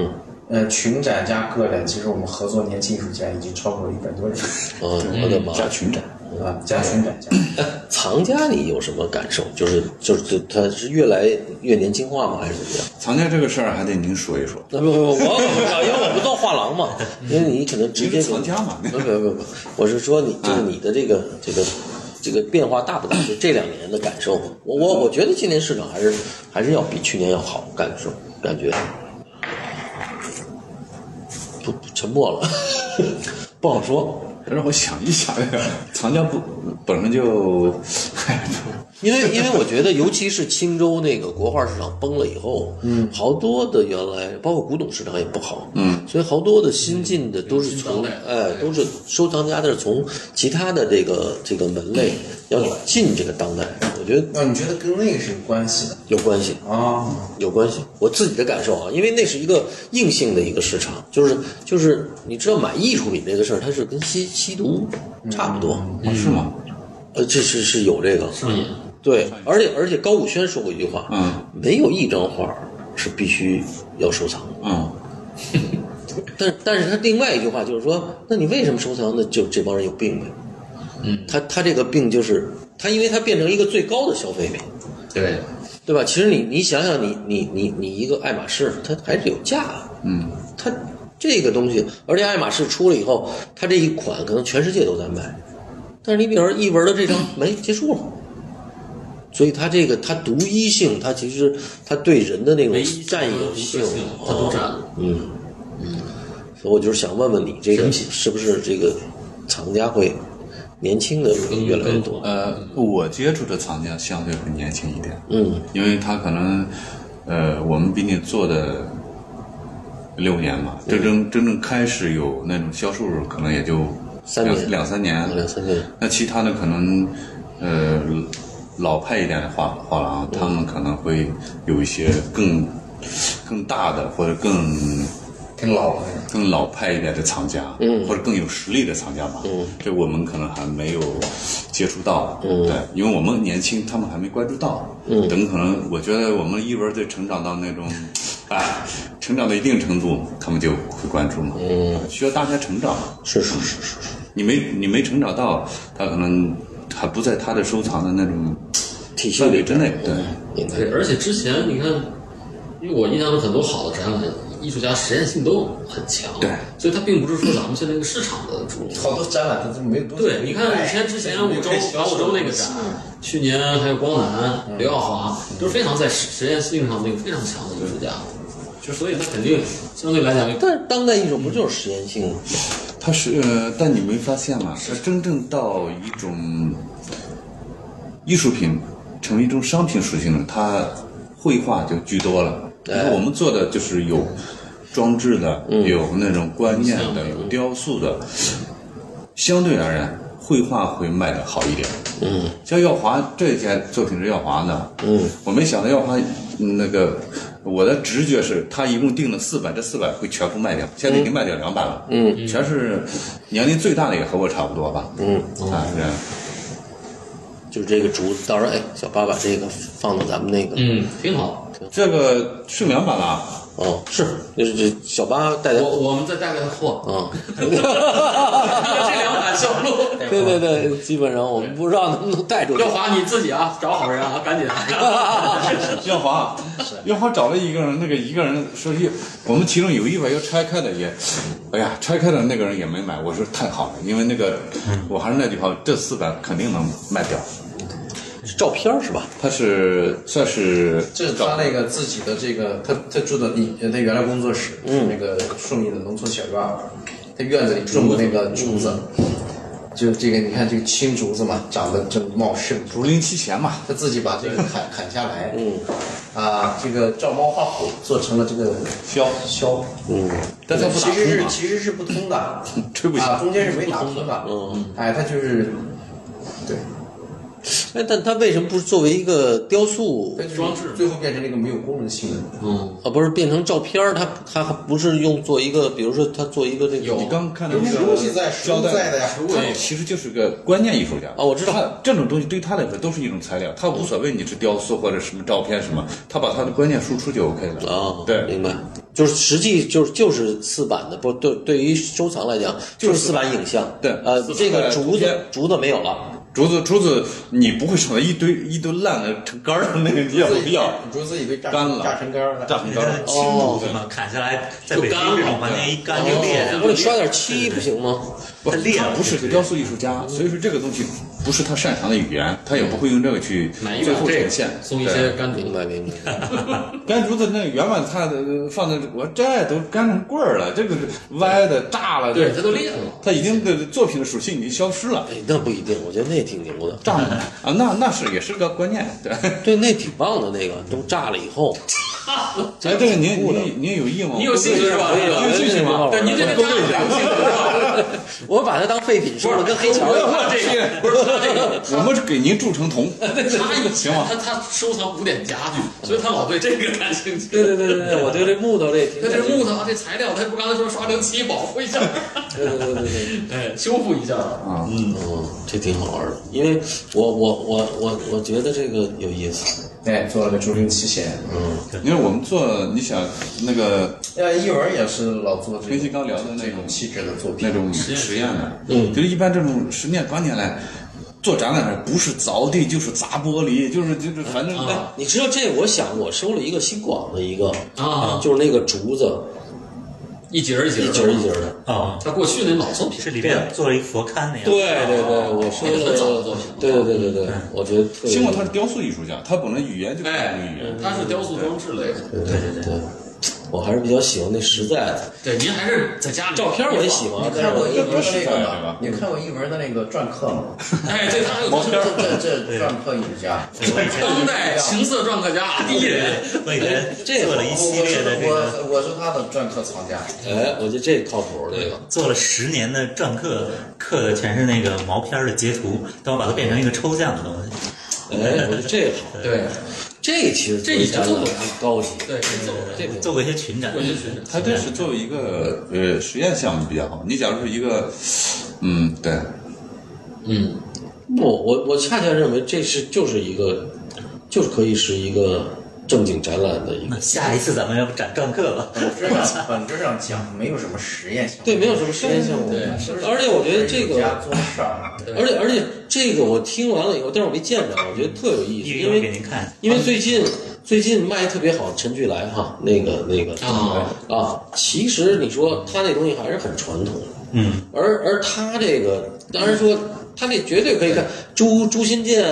Speaker 5: 呃，群展加个展，其实我们合作年轻艺术家已经超过了一百多人，
Speaker 1: 嗯，我的妈！
Speaker 6: 加群展，
Speaker 5: 啊，加群 [LAUGHS] 展加。
Speaker 1: 哎，藏家你有什么感受？就是就是就他是越来越年轻化吗？还是怎么样？
Speaker 6: 藏家这个事儿还得您说一说。
Speaker 1: 那不不不，我可不知
Speaker 6: [LAUGHS]
Speaker 1: 道，因为我不做画廊嘛。因为你可能直接
Speaker 6: 你是藏家嘛啊
Speaker 1: 不不不不，我是说你就是你的这个这个这个变化大不大？就这两年的感受，我我我觉得今年市场还是还是要比去年要好，感受感觉。不不沉默了， [LAUGHS] 不好说，
Speaker 6: 让我想一想呀，藏家不本身就， [LAUGHS] 哎，
Speaker 1: 因 [LAUGHS] 为因为我觉得，尤其是青州那个国画市场崩了以后，嗯，好多的原来包括古董市场也不好，嗯，所以好多的新进的都是从哎都是收藏家，但是从其他的这个这个门类要进这个当代，我觉得
Speaker 5: 那你觉得跟那个是有关系的
Speaker 1: 有关系。
Speaker 5: 啊？
Speaker 1: 有关系，我自己的感受啊，因为那是一个硬性的一个市场，就是就是你知道买艺术品这个事儿，它是跟吸吸毒差不多，
Speaker 6: 是吗？
Speaker 1: 呃，这是是有这个，对，而且而且高武轩说过一句话，
Speaker 6: 嗯，
Speaker 1: 没有一张画是必须要收藏。
Speaker 6: 嗯，
Speaker 1: 但但是他另外一句话就是说，那你为什么收藏呢？就这帮人有病呗。嗯，他他这个病就是他，因为他变成一个最高的消费品，
Speaker 2: 对，
Speaker 1: 对吧？其实你你想想你，你你你一个爱马仕，它还是有价的。嗯，它这个东西，而且爱马仕出了以后，它这一款可能全世界都在卖，但是你比如说一文的这张没结束了。所以它这个它独一性，它其实它对人的那种
Speaker 2: 唯一
Speaker 1: 占有性，
Speaker 2: 它都占了。
Speaker 1: 所以我就是想问问你，这个
Speaker 2: 神奇
Speaker 1: 是不是这个藏家会年轻的会越来越
Speaker 2: 嗯
Speaker 1: 多？
Speaker 6: 呃，我接触的藏家相对会年轻一点，
Speaker 1: 嗯，
Speaker 6: 因为他可能，呃，我们毕竟做的六年嘛，
Speaker 1: 嗯
Speaker 6: 真正真正开始有那种销售，可能也就
Speaker 1: 三
Speaker 6: 两
Speaker 1: 年
Speaker 6: 两三年，
Speaker 1: 两三年，
Speaker 6: 那其他的可能，呃，老派一点的画画廊，他
Speaker 1: 嗯
Speaker 6: 们可能会有一些更更大的或者更
Speaker 5: 挺老了。
Speaker 6: 更老派一点的藏家，嗯，或者更有实力的藏家吧，嗯，这我们可能还没有接触到，嗯，对，因为我们年轻，他们还没关注到，嗯，等可能我觉得我们一文就成长到那种，哎，成长到一定程度，他们就会关注嘛，嗯，需要大家成长，
Speaker 1: 是是是是是，
Speaker 6: 你没你没成长到，他可能还不在他的收藏的那种
Speaker 1: 体系
Speaker 6: 范围
Speaker 1: 里嗯
Speaker 6: 之内，对，
Speaker 1: 应该
Speaker 2: 对，而且之前你看，因为我印象中很多好的展览，艺术家实验性都很强，
Speaker 6: 对
Speaker 2: 所以它并不是说咱们现在这个市场的主流。
Speaker 5: 好多展览它都没有多久
Speaker 2: 对，你看以前之前五洲澳洲那个展，去年还有光南、刘耀华，都是非常在实实验性上那个非常强的艺术家，就所以他肯定相对来讲，
Speaker 1: 但是当代艺术不就是实验性吗？
Speaker 6: 他是，呃，但你没发现吗？他真正到一种艺术品成为一种商品属性了，它绘画就居多了。
Speaker 1: 对
Speaker 6: 然后我们做的就是有装置的，有那种观念的，有雕塑的，相对而言，绘画会卖的好一点。嗯，像耀华这件作品是耀华的，嗯，我没想到耀华嗯那个，我的直觉是他一共定了四百，这四百会全部卖掉，现在已经卖掉两百了，嗯，全是年龄最大的也和我差不多吧，嗯，啊，这样
Speaker 1: 就是这个竹子，到时候哎，小八把这个放到咱们那个，
Speaker 2: 嗯，挺好。
Speaker 6: 这个是两百了啊，
Speaker 1: 哦，是，就是这小八带的
Speaker 2: 我，我们再带带
Speaker 1: [LAUGHS]
Speaker 2: 货，
Speaker 1: 嗯，
Speaker 2: 这两款销路。
Speaker 1: 对对对，基本上我们不知道能不能带出去
Speaker 2: 耀。华你自己啊，找好人啊，赶紧啊！
Speaker 6: 耀华，耀华找了一个人，那个一个人说一，我们其中有一本要拆开的也，哎呀，拆开的那个人也没买。我说太好了，因为那个，我还是那句话，这四百肯定能卖掉。
Speaker 1: 是照片是吧？
Speaker 6: 他是算是
Speaker 5: 这是他那个自己的这个，他他住的你他原来工作室，嗯，那个顺义的农村小院儿，他院子里种的那个竹子，就这个你看这个青竹子嘛，长得正茂盛，
Speaker 6: 竹林七贤嘛，
Speaker 5: 他自己把这个砍砍下来，嗯，啊，这个照猫画虎做成了这个
Speaker 6: 削，
Speaker 5: 箫，嗯，
Speaker 6: 但它不打
Speaker 5: 其实
Speaker 6: 通
Speaker 5: 是
Speaker 6: 嘛
Speaker 5: 其实是不通的，
Speaker 6: 吹不
Speaker 5: 啊，
Speaker 6: 响。
Speaker 5: 中间是没打通的，嗯，哎，他就是，对，
Speaker 1: 哎，但它为什么不是作为一个雕塑
Speaker 5: 它就是
Speaker 2: 装置
Speaker 5: 最后变成了一个没有功能性的，
Speaker 2: 嗯，
Speaker 1: 啊？不是变成照片儿，它它还不是用做一个，比如说它做一个这个
Speaker 6: 你刚看到
Speaker 5: 有
Speaker 6: 那个
Speaker 5: 实物是在实
Speaker 6: 胶
Speaker 5: 物
Speaker 6: 带
Speaker 5: 在的呀，
Speaker 6: 他其实就是个观念艺术家
Speaker 1: 哦我知道
Speaker 6: 他这种东西对他来说都是一种材料，他无所谓你是雕塑或者什么照片什么，他把他的观念输出就 OK 了。
Speaker 1: 啊，
Speaker 6: 对，
Speaker 1: 明白。就是实际就是就是四版的，不对，对于收藏来讲就是四版影像。
Speaker 6: 对
Speaker 1: 呃，
Speaker 6: 四版
Speaker 1: 这个
Speaker 6: 呃
Speaker 1: 竹
Speaker 6: 图
Speaker 1: 子
Speaker 6: 片
Speaker 1: 竹子没有了，
Speaker 6: 竹子，竹子，你不会想到一堆一堆烂的成干儿的那个，你也不要
Speaker 5: 竹子已经榨
Speaker 6: 干了，
Speaker 5: 榨成干了，
Speaker 6: 榨成干
Speaker 4: 它
Speaker 6: 儿
Speaker 4: 的青竹子嘛，砍下来，在北京这种环境一干就裂
Speaker 6: 啊
Speaker 1: 我得
Speaker 4: 了，
Speaker 1: 哦刷点漆不行吗？ [LAUGHS]
Speaker 6: 不，
Speaker 4: 它裂
Speaker 6: 他
Speaker 4: 了
Speaker 6: 不是个雕塑艺术家，所以说这个东西不是他擅长的语言，他也不会用这个去
Speaker 2: 买一
Speaker 6: 最
Speaker 2: 把
Speaker 6: 后
Speaker 2: 这
Speaker 6: 呈
Speaker 2: 个
Speaker 6: 现。
Speaker 2: 送一
Speaker 6: 对
Speaker 2: 些干
Speaker 1: 明
Speaker 2: 饼，
Speaker 1: 白明白。
Speaker 6: 干竹子那原版它的放在我这都干成棍儿了，这个歪的炸了，
Speaker 2: 对，
Speaker 6: 这
Speaker 2: 它都裂了。
Speaker 6: 它已经的作品的属性已经消失了。
Speaker 1: 哎，那不一定，我觉得那挺牛的，
Speaker 6: 炸了啊，那那是也是个观念，
Speaker 2: [LAUGHS]
Speaker 6: 对。
Speaker 1: 对，那挺棒的，那个都炸了以后，
Speaker 6: 哎，这个您您您有意吗？
Speaker 2: 你有兴趣是吧？
Speaker 1: 对
Speaker 6: 有兴趣吗？
Speaker 2: 对，您这个展览感兴趣是吧？
Speaker 1: 我把它当废品收了，跟黑桥一样。
Speaker 2: 他这
Speaker 6: [LAUGHS]
Speaker 2: 个不是他这个， [LAUGHS]
Speaker 6: 我们是给您铸成铜，
Speaker 2: 他以
Speaker 6: [LAUGHS] 行
Speaker 2: 前
Speaker 6: 吗
Speaker 2: 他？他收藏古典家具，所以他老对这个感兴趣。
Speaker 8: 对对对对对，我对这木头这挺
Speaker 2: 他
Speaker 8: 感兴
Speaker 2: 这
Speaker 1: 嗯
Speaker 8: 趣
Speaker 2: 木头啊，这材料，他不刚才说刷油漆保护一下，
Speaker 8: 对对对对对。
Speaker 2: [LAUGHS] 哎，修复一下。
Speaker 1: 嗯，这挺好玩的，因为我我我我我觉得这个有意思。
Speaker 5: 哎，做了个周龄期限。嗯，
Speaker 6: 因为我们做，你想那个
Speaker 5: 呃，一文也是老做这
Speaker 6: 跟
Speaker 5: 种
Speaker 6: 西高聊的那种
Speaker 5: 气质的作品，
Speaker 6: 那种实验的，嗯，就是一般这种实验观念来做展览的，不是凿地就是砸玻璃，就是就是反正哎
Speaker 1: 你知道这？我想我收了一个新广的一个
Speaker 2: 啊
Speaker 1: 就是那个竹子
Speaker 2: 一节儿一节儿
Speaker 1: 一节儿一节儿的。嗯
Speaker 4: 啊，
Speaker 2: 他过去那老作品
Speaker 4: 是里面做了一佛龛那样。
Speaker 1: 对对
Speaker 6: 啊
Speaker 1: 对，我收
Speaker 2: 那个很早的
Speaker 1: 了
Speaker 2: 作品。
Speaker 1: 对对对对对，我觉得特别
Speaker 6: 星光他是雕塑艺术家，他本来语言就看
Speaker 2: 哎
Speaker 6: 语言，，
Speaker 2: 他是雕塑装置类的。
Speaker 1: 对对对，我还是比较喜欢那实在的
Speaker 2: 对，您还是在家里
Speaker 1: 照片，我也喜欢。
Speaker 5: 你看过一文的
Speaker 6: 这不是
Speaker 5: 那
Speaker 6: 范围
Speaker 5: 个
Speaker 6: 吧
Speaker 5: 吗？你看过一文的那个篆刻吗？
Speaker 2: [LAUGHS] 哎，对他还有
Speaker 5: 这
Speaker 2: 照片，
Speaker 5: 这这这篆刻艺术家，
Speaker 2: 当 [LAUGHS] 代情色篆刻 [LAUGHS] 家第一人。
Speaker 4: 我以前做了一系
Speaker 5: 我
Speaker 4: 列的这个，
Speaker 5: 我我我是他的篆刻藏家。
Speaker 1: 哎，我觉得这靠谱，这个
Speaker 4: 做了十年的篆刻，刻的全是那个毛片儿的截图，但我把它变成一个抽象的东西。
Speaker 1: 哎，我觉得这好，
Speaker 2: 对
Speaker 1: 这其实
Speaker 2: 这已经
Speaker 1: 做
Speaker 2: 做过
Speaker 1: 的
Speaker 2: 了
Speaker 1: 高级。
Speaker 2: 对，没错，
Speaker 1: 这个
Speaker 4: 做过一些群展，
Speaker 2: 过去学
Speaker 6: 他这是作为一个呃实验项目比较好。你假如是一个，嗯，对，
Speaker 1: 不，我我恰恰认为这是就是一个，就是可以是一个正经展览的一个
Speaker 4: 那。下一次咱们要不展篆刻吧？
Speaker 5: 本质上，本质上讲，没有什么实验性。
Speaker 1: 对，没有什么实验项目。
Speaker 2: 对
Speaker 1: 而且我觉得这
Speaker 5: 艺术家
Speaker 1: 个，
Speaker 5: 做事儿，
Speaker 1: 而且而且这个我听完了以后，但是我没见着，我觉得特有意思，
Speaker 4: 一
Speaker 1: 因
Speaker 4: 会儿给
Speaker 1: 为
Speaker 4: 您看。
Speaker 1: 因为最近最近卖得特别好，陈巨来哈，那个那个
Speaker 2: 啊
Speaker 1: 啊，其实你说他那东西还是很传统的，
Speaker 4: 嗯，
Speaker 1: 而而他这个，当然说他那绝对可以看朱朱新建。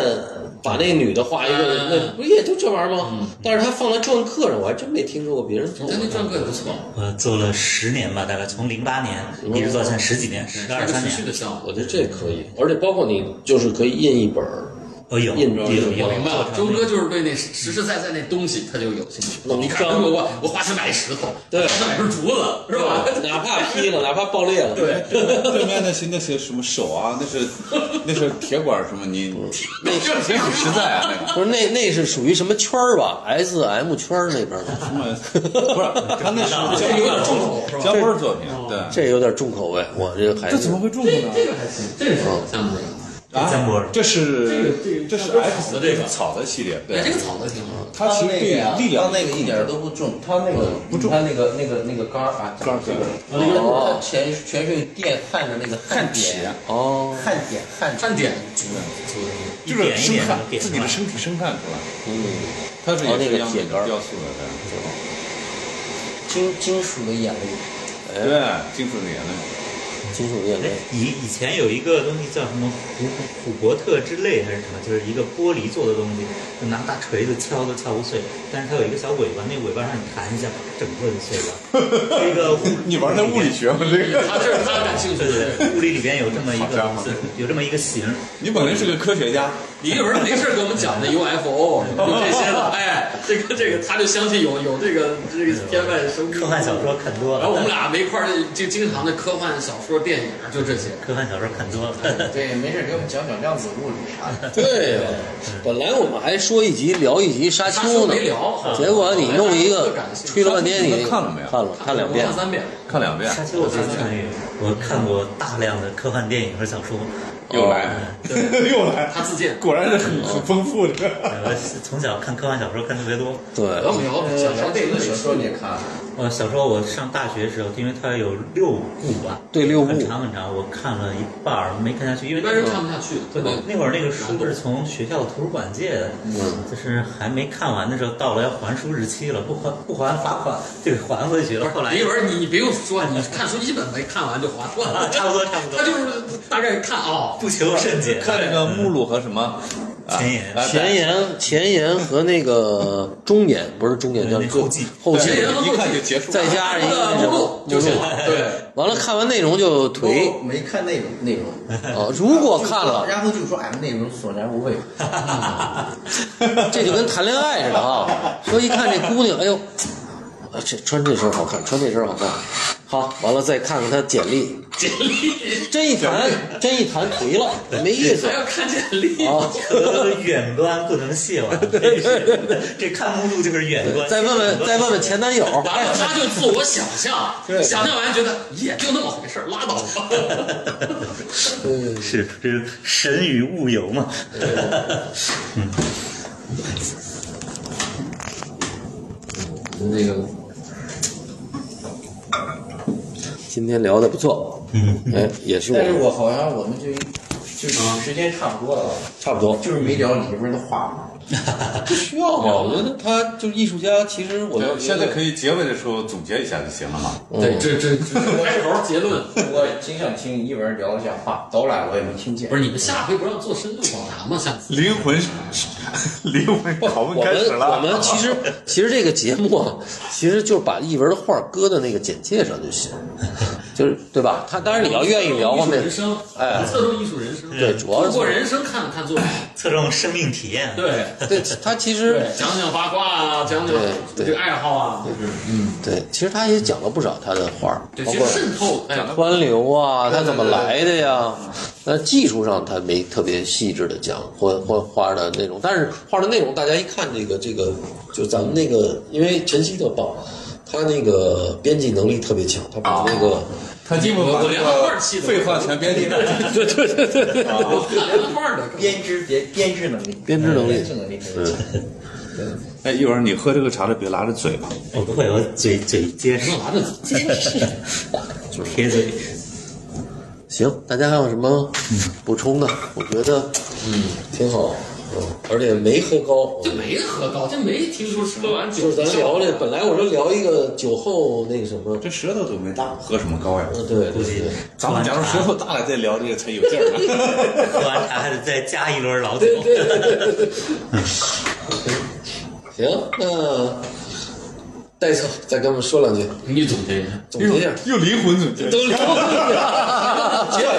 Speaker 1: 把那女的画一
Speaker 2: 啊
Speaker 1: 个，那不也就这玩意儿吗？但是他放在篆刻上，我还真没听说过别人做
Speaker 2: 嗯哎他。那篆刻也不错，
Speaker 4: 我做了十年吧，大概从零八年一直到现在十几年，十
Speaker 2: 还
Speaker 4: 二
Speaker 2: 是
Speaker 4: 三
Speaker 2: 持续的
Speaker 4: 年。
Speaker 2: 项目。
Speaker 1: 我觉得这可以，而且包括你就是可以印一本
Speaker 2: [LAUGHS]
Speaker 1: 儿，
Speaker 4: 哦，有
Speaker 1: 印
Speaker 4: 有
Speaker 1: 章
Speaker 4: 有
Speaker 2: 我明白
Speaker 4: 有
Speaker 2: 了，周哥就是对那实实在在那东西他就有兴趣。
Speaker 1: 能
Speaker 2: 你看，
Speaker 1: 干
Speaker 2: 我我我花钱买一石头，
Speaker 1: 对
Speaker 2: 我花钱买根竹子，是吧？
Speaker 1: 哪怕劈了，哪怕爆裂了，对，
Speaker 6: 对面那些那些什么手啊，那是 [LAUGHS] 那是铁管什么，你那也很实在啊，那 [LAUGHS] 个。
Speaker 1: 不是那那是属于什么圈儿吧？S M 圈儿那边儿的，
Speaker 6: 什么不是，他那哦是
Speaker 2: 这有点重口是吧？
Speaker 6: 江波作品，对，
Speaker 1: 这有点重口味，我这还
Speaker 6: 这怎
Speaker 1: 是
Speaker 6: 么会中呢？
Speaker 2: 这个还行，这是项目。
Speaker 4: 江波
Speaker 6: 啊，这是这是 X
Speaker 2: 的这个
Speaker 6: 草的系列，
Speaker 2: 哎，这
Speaker 6: 对
Speaker 2: 个，草的挺好。
Speaker 6: 它其实对力
Speaker 5: 他
Speaker 6: 量
Speaker 5: 那个一点都不重，他那个不重，他那个那个那个杆儿啊，杆儿这个，他全全是用电焊的那个焊点，
Speaker 1: 哦，
Speaker 5: 焊点焊
Speaker 2: 看点，
Speaker 4: 一
Speaker 6: 就是
Speaker 4: 点一
Speaker 6: 生
Speaker 4: 点
Speaker 6: 看
Speaker 4: 的变
Speaker 6: 自己
Speaker 4: 化
Speaker 6: 的。身体生看出来，嗯，它是也是一样的雕塑的，
Speaker 5: 金金属的眼泪。
Speaker 6: 对，哎对，金属的眼泪，
Speaker 1: 金属电
Speaker 4: 哎
Speaker 1: 流，
Speaker 4: 以以前有一个东西叫什么虎虎伯特之泪还是什么，就是一个玻璃做的东西，就拿大锤子敲都敲不碎，但是它有一个小尾巴，那尾巴上你弹一下，整个就碎
Speaker 6: [LAUGHS]
Speaker 4: 了。这个物
Speaker 6: 你玩的物理，学吗？这个，
Speaker 2: 他啊这是他感兴趣
Speaker 4: 对对
Speaker 2: 的。
Speaker 4: 对，物理里边有这么一
Speaker 6: 好家
Speaker 4: 个
Speaker 6: 伙，
Speaker 4: 有这么一个形儿。
Speaker 6: 你本来是个科学家，
Speaker 2: 你一会儿没事给我们讲的 UFO 就这些
Speaker 4: [LAUGHS]
Speaker 2: 了，哎，这个这个他就相信有有这个这个天外生
Speaker 4: 科幻
Speaker 2: 命。
Speaker 4: 小说看多
Speaker 2: 然
Speaker 4: 了，
Speaker 2: 后我们俩没一块儿就经常的科幻小说、电影就这些。
Speaker 4: 科幻小说看多了， [LAUGHS]
Speaker 5: 对，没事给我们讲讲量子物理啥的。
Speaker 1: 对呀，本来我们还说一集聊一集沙
Speaker 2: 他说
Speaker 1: 丘呢
Speaker 2: 没，聊，
Speaker 1: 结果你弄一个吹了半天，你
Speaker 6: 看了没有
Speaker 1: 看了，看两遍
Speaker 2: 看，三遍。
Speaker 6: 看两遍
Speaker 4: 沙丘我才参与，我看过大量的科幻电影和小说。
Speaker 6: 又来， [LAUGHS] 又来，
Speaker 2: 他自荐
Speaker 6: 果然是很很丰富的。
Speaker 4: 呃，我从小看科幻小说看特别多。
Speaker 1: 对，
Speaker 2: 聊没
Speaker 4: 呃
Speaker 2: 聊？小说
Speaker 5: 这个小说你也看，
Speaker 4: 我呃小时候我上大学的时候，因为它有六部吧，
Speaker 1: 对六部
Speaker 4: 很长很长，我看了一半儿没看下去，因为
Speaker 2: 一般人看不下去，
Speaker 4: 对对，那会儿那个书是从学校图书馆借的，
Speaker 1: 嗯
Speaker 4: 就是还没看完的时候，到了要还书日期了，不还不还罚款就给还回去了。后来
Speaker 2: 一会儿你你不用说，你看书一本没看完就还
Speaker 4: 啊
Speaker 2: 了，
Speaker 4: [LAUGHS] 差不多差不多
Speaker 2: 他就是大概看啊，
Speaker 4: [LAUGHS] 不求
Speaker 2: [LAUGHS]
Speaker 4: 甚解，
Speaker 6: 看那个目录和什么啊
Speaker 4: 前言
Speaker 6: 啊
Speaker 1: 前言前言和那个中言不是中言叫
Speaker 4: 那后记
Speaker 1: 后记
Speaker 2: 前言，
Speaker 6: 一看就结束了，
Speaker 1: 再加上一个那什
Speaker 2: 目
Speaker 1: 么
Speaker 2: 录就行了。对，
Speaker 1: 完了看完内容就颓
Speaker 5: 我没看内容内容。
Speaker 1: 啊！如果哎看了，
Speaker 5: 然后就说哎，内容索然无味。
Speaker 1: [LAUGHS] 这就跟谈恋爱似的 [LAUGHS] 啊！说一看这姑娘，哎呦，啊这穿这身好看，穿这身好看，好，完了再看看她 [LAUGHS] 简历，
Speaker 2: 简历
Speaker 1: 真一谈，真一谈颓了，没意思
Speaker 2: 还要看简历，
Speaker 4: 哦
Speaker 1: 啊！
Speaker 4: [LAUGHS] 可远观不能亵玩。这是这看目录就是远观。
Speaker 1: 再问问，再问问前男友，
Speaker 2: 完了他就自我想
Speaker 4: [LAUGHS]
Speaker 2: 象，想象完觉得也就那么回事儿，拉倒
Speaker 4: [LAUGHS]
Speaker 2: 吧。
Speaker 4: 是 [LAUGHS] 这是神与物有嘛？
Speaker 9: 那个
Speaker 1: 今天聊的不错，哎，也是
Speaker 5: 但是
Speaker 1: 我
Speaker 5: 我好像我们就就是时间差不多了，
Speaker 1: 差不多。
Speaker 5: 就是没聊里边的话。
Speaker 1: 不需要吧？我觉得他就是艺术家，其实我
Speaker 6: 对，现在可
Speaker 1: 以。
Speaker 6: 以结尾的时候总结一下就行了 [LAUGHS] 嘛。
Speaker 2: 对，这这 [LAUGHS] 这开头结论
Speaker 5: 我挺想听一文聊一下话，导览我也没听见
Speaker 2: 不。是你们下回不让做深度访谈吗？下次
Speaker 6: 灵魂，灵魂拷问
Speaker 1: 我
Speaker 6: 开
Speaker 1: 们
Speaker 6: 始了。
Speaker 1: 我们其实其实这个节目啊，其实就是把一文的画搁到那个简介上就行， [LAUGHS] 就是对吧？他当然你要愿意聊
Speaker 2: 艺
Speaker 1: 方
Speaker 2: 术
Speaker 1: 面
Speaker 2: 人，生，
Speaker 1: 哎
Speaker 2: 侧重艺术人生，
Speaker 1: 对，主要
Speaker 2: 通
Speaker 1: 是
Speaker 2: 过人生看看作品，
Speaker 4: 侧重生命体验。
Speaker 2: 对
Speaker 1: 对他其实
Speaker 2: 对，讲讲八卦啊，讲讲
Speaker 1: 对
Speaker 2: 这
Speaker 1: 对
Speaker 2: 个爱好啊，就是嗯，
Speaker 1: 对，其实他也讲了不少他的画儿，
Speaker 2: 对，
Speaker 1: 包
Speaker 2: 其实
Speaker 1: 括
Speaker 2: 渗透哎，
Speaker 1: 川流啊，他怎么来的呀？那技术上他没特别细致的讲，或或画的内容，但是画的内容大家一看这个这个，就咱们那个，因为晨曦特棒，他那个编辑能力特别强，他把那个，
Speaker 6: 他基本把
Speaker 2: 我我连二期都
Speaker 6: 废话全编进来 [LAUGHS] 了。
Speaker 1: 对对对对对，
Speaker 2: 我看漫画的，
Speaker 5: 编织编编织能力，
Speaker 1: 编织能力
Speaker 5: 编织能力可以讲。
Speaker 6: 哎，一会儿你喝这个茶的别拉着嘴吧。
Speaker 4: 我不会，我嘴嘴结实，
Speaker 2: 拿着
Speaker 4: 贴嘴。
Speaker 1: 行，大家还有什么补充的？我觉得，嗯，挺好，嗯，而且没喝高，
Speaker 2: 就没喝高，就没听出喝完
Speaker 1: 就
Speaker 2: 酒
Speaker 1: 是咱聊这，本来我说聊一个酒后那个什么，
Speaker 6: 这舌头都没大，喝什么高呀？
Speaker 1: 呃，对
Speaker 4: 估
Speaker 1: 对
Speaker 4: 计
Speaker 1: 对。
Speaker 6: 咱们假如舌头大了再聊这个才有劲儿啊 [LAUGHS] 呢。
Speaker 4: 喝完茶还得再加一轮老酒。
Speaker 1: [LAUGHS] 行，那戴总再跟我们说两句，
Speaker 2: 你总结一
Speaker 1: [LAUGHS]
Speaker 2: 下，
Speaker 1: 总结一下。
Speaker 6: 又灵魂总结。
Speaker 1: 都聊 [LAUGHS] 结尾，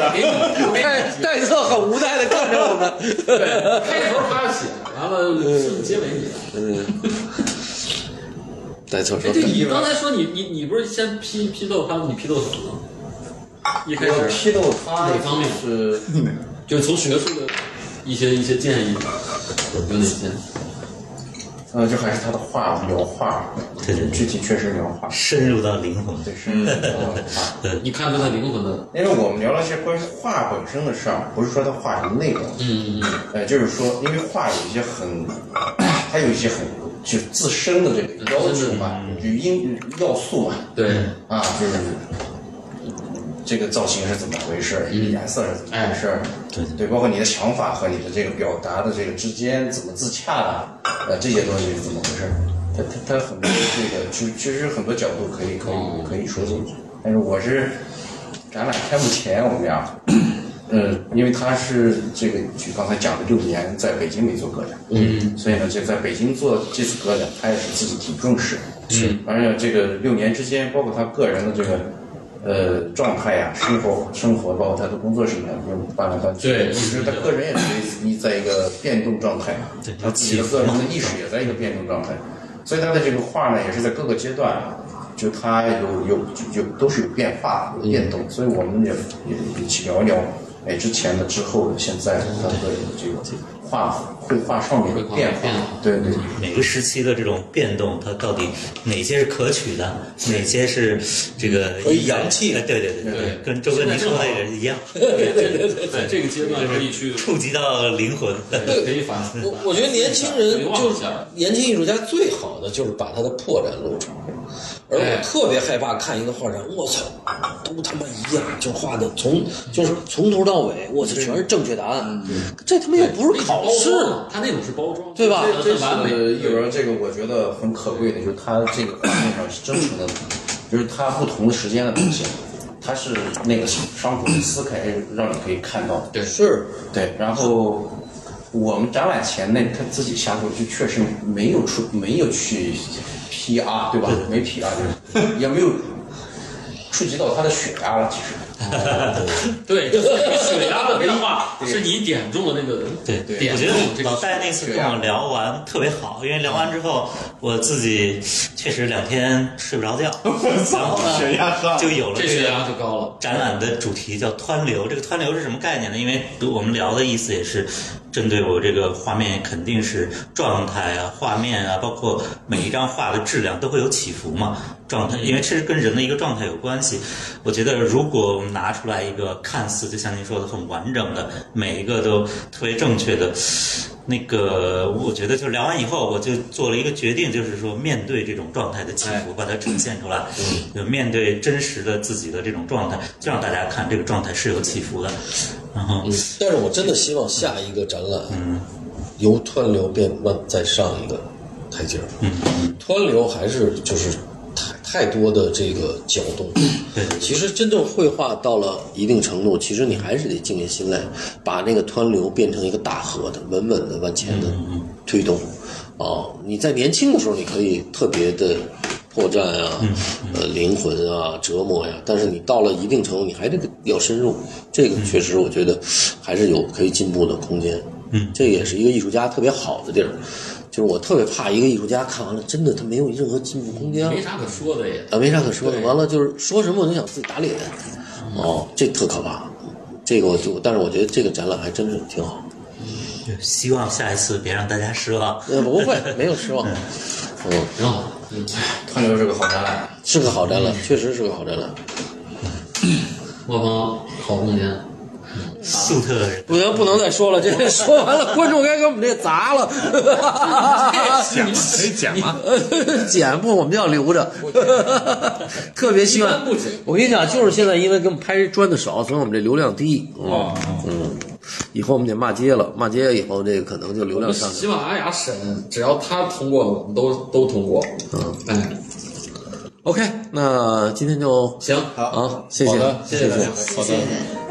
Speaker 1: 戴哎戴总很无奈的看着我们。
Speaker 2: 开头他写，完了是结尾你来。
Speaker 1: 嗯戴总
Speaker 2: 哎，
Speaker 1: 说
Speaker 2: 对，你刚才说你你你不是先批批斗他，你批斗什么？一开
Speaker 5: 我
Speaker 2: 始
Speaker 5: 批斗他
Speaker 2: 哪方面
Speaker 5: 就
Speaker 2: 就
Speaker 5: 是
Speaker 2: 从学术的一些一些建议有哪些？
Speaker 5: 嗯，就还是他的画描画，
Speaker 4: 对对对
Speaker 5: 具体确实描画，
Speaker 4: 深入到灵魂。
Speaker 5: 对， [LAUGHS] 是描画。
Speaker 2: 你看出他灵魂的，
Speaker 5: 因为我们聊了一些关于画本身的事儿，不是说他画什么内容，
Speaker 2: 嗯嗯
Speaker 5: 呃，就是说，因为画有一些很，它有一些很就自身的这个要求嘛，就因要素嘛，
Speaker 2: 嗯，对，
Speaker 5: 啊，就是这个造型是怎么回事，颜色是怎么回事，
Speaker 4: 对对
Speaker 5: 对，包括你的想法和你的这个表达的这个之间怎么自洽啊，呃，这些东西是怎么回事？它它它很多这个，其实其实很多角度可以可以可以说进去，但是我是展览开幕前我们俩。呃，因为他是这个，就刚才讲的六年在北京没做个展，嗯，所以呢，这在北京做这次个展，他也是自己挺重视的，是，而且这个六年之间，包括他个人的这个呃状态呀、生活生活，包括他的工作什么的，就搬来搬去，
Speaker 2: 对
Speaker 5: 其实他个人也是一在一个变动状态，
Speaker 4: 对
Speaker 5: 他自己的个人的意识也在一个变动状态，所以他的这个画呢，也是在各个阶段。就它有有有都是有变化、有变动，所以我们也也也一起聊一聊，哎，之前的、之后的、现在的他的这个画绘画上面的变化，
Speaker 2: 变化
Speaker 5: [LAUGHS] 对对，
Speaker 4: 每个时期的这种变动，它到底哪些是可取的，哪些是这个
Speaker 1: 可以扬弃
Speaker 4: 哎对对对
Speaker 2: 对
Speaker 4: 跟周哥你说的也是一样，
Speaker 2: 对对对对，这个阶段可以去，
Speaker 4: 触及到灵魂。
Speaker 2: 可以反思。
Speaker 1: 我我觉得年轻人
Speaker 2: 回望
Speaker 1: 就
Speaker 2: 一
Speaker 1: 是
Speaker 2: 下
Speaker 1: 年轻艺术家最好的就是把他的破绽露出来。而我特别害怕看一个画展，我操，都他妈一样，就画的从就是从头到尾，我操，全是正确答案。这他妈又不嗯是考试，
Speaker 2: 他那种是包装，
Speaker 1: 对吧
Speaker 2: 这
Speaker 5: 这
Speaker 2: 很完美。
Speaker 5: 是一文这个我觉得很可贵的，就是他这个画面上是真实的，就是他不同的时间的东西，他是那个伤口撕开让你可以看到，
Speaker 2: 对
Speaker 1: 是
Speaker 5: 对，然后我们展览前那他自己下头就确实没有出，没有去 PR 对吧？没 PR 就是也没有触及到他的血压了，其实。
Speaker 2: 对，就是水压的变化是你点中了那个
Speaker 4: 对对，
Speaker 2: 点
Speaker 4: 我
Speaker 2: 中
Speaker 4: 觉
Speaker 2: 了这
Speaker 4: 得老
Speaker 2: 个。
Speaker 4: 戴那次跟我聊完特别好，因为聊完之后我自己确实两天睡不着觉，然后呢
Speaker 6: 血压上
Speaker 4: 就有了
Speaker 2: 这
Speaker 4: 个
Speaker 2: 血压就高了，
Speaker 4: 展览的主题叫“湍流”，这个“湍流”是什么概念呢？因为我们聊的意思也是针对我这个画面，肯定是状态啊、画面啊，包括每一张画的质量都会有起伏嘛。状态，因为这是跟人的一个状态有关系。我觉得，如果我们拿出来一个看似就像您说的很完整的，每一个都特别正确的，那个，我觉得就聊完以后，我就做了一个决定，就是说面对这种状态的起伏，把它呈现出来，就面对真实的自己的这种状态，就让大家看这个状态是有起伏的。然后，
Speaker 1: 但是我真的希望下一个展览，由湍流变慢再上一个台阶儿。湍流还是就是太太多的这个搅动。
Speaker 4: 对对
Speaker 1: 其实真正绘画到了一定程度，其实你还是得静下心来，把那个湍流变成一个大河的，稳稳的往前的推动。哦，你在年轻的时候，你可以特别的破绽啊，呃，灵魂啊，折磨呀、但是你到了一定程度，你还得要深入，这个确实我觉得还是有可以进步的空间。嗯，这也是一个艺术家特别好的地儿，就是我特别怕一个艺术家看完了，真的他没有任何进步空间了
Speaker 2: 没。啥可说的也。
Speaker 1: 啊，没啥可说的。
Speaker 2: 对
Speaker 1: 完了就是说什么我都想自己打脸，哦，这特可怕。这个我就，但是我觉得这个展览还真是挺好。
Speaker 4: 就希望下一次别让大家失望。
Speaker 1: 呃，不会，没有失望。嗯，
Speaker 2: 挺好，
Speaker 5: 湍流是个好展览，
Speaker 1: 是个好展览，确实是个好展览。
Speaker 2: 我方好空间。
Speaker 4: 秀特
Speaker 1: 不行，不能再说了，这个说完了，观众该给我们这砸了。 [LAUGHS]
Speaker 6: 讲吗？可以讲吗？
Speaker 1: [LAUGHS] 剪不，我们要留着， [LAUGHS] 特别希望
Speaker 2: 一般不剪。
Speaker 1: 我跟你讲，就是现在因为给我们拍砖的少，所以我们这流量低。嗯嗯，以后我们得骂街了，骂街以后这个可能就流量上去了。
Speaker 2: 喜马拉雅审，只要他通过，我们都都通过。嗯，哎，
Speaker 1: OK，那今天就
Speaker 2: 行，
Speaker 5: 好
Speaker 1: 啊，谢谢，
Speaker 5: 好的，谢谢大家，好的。
Speaker 10: 谢谢。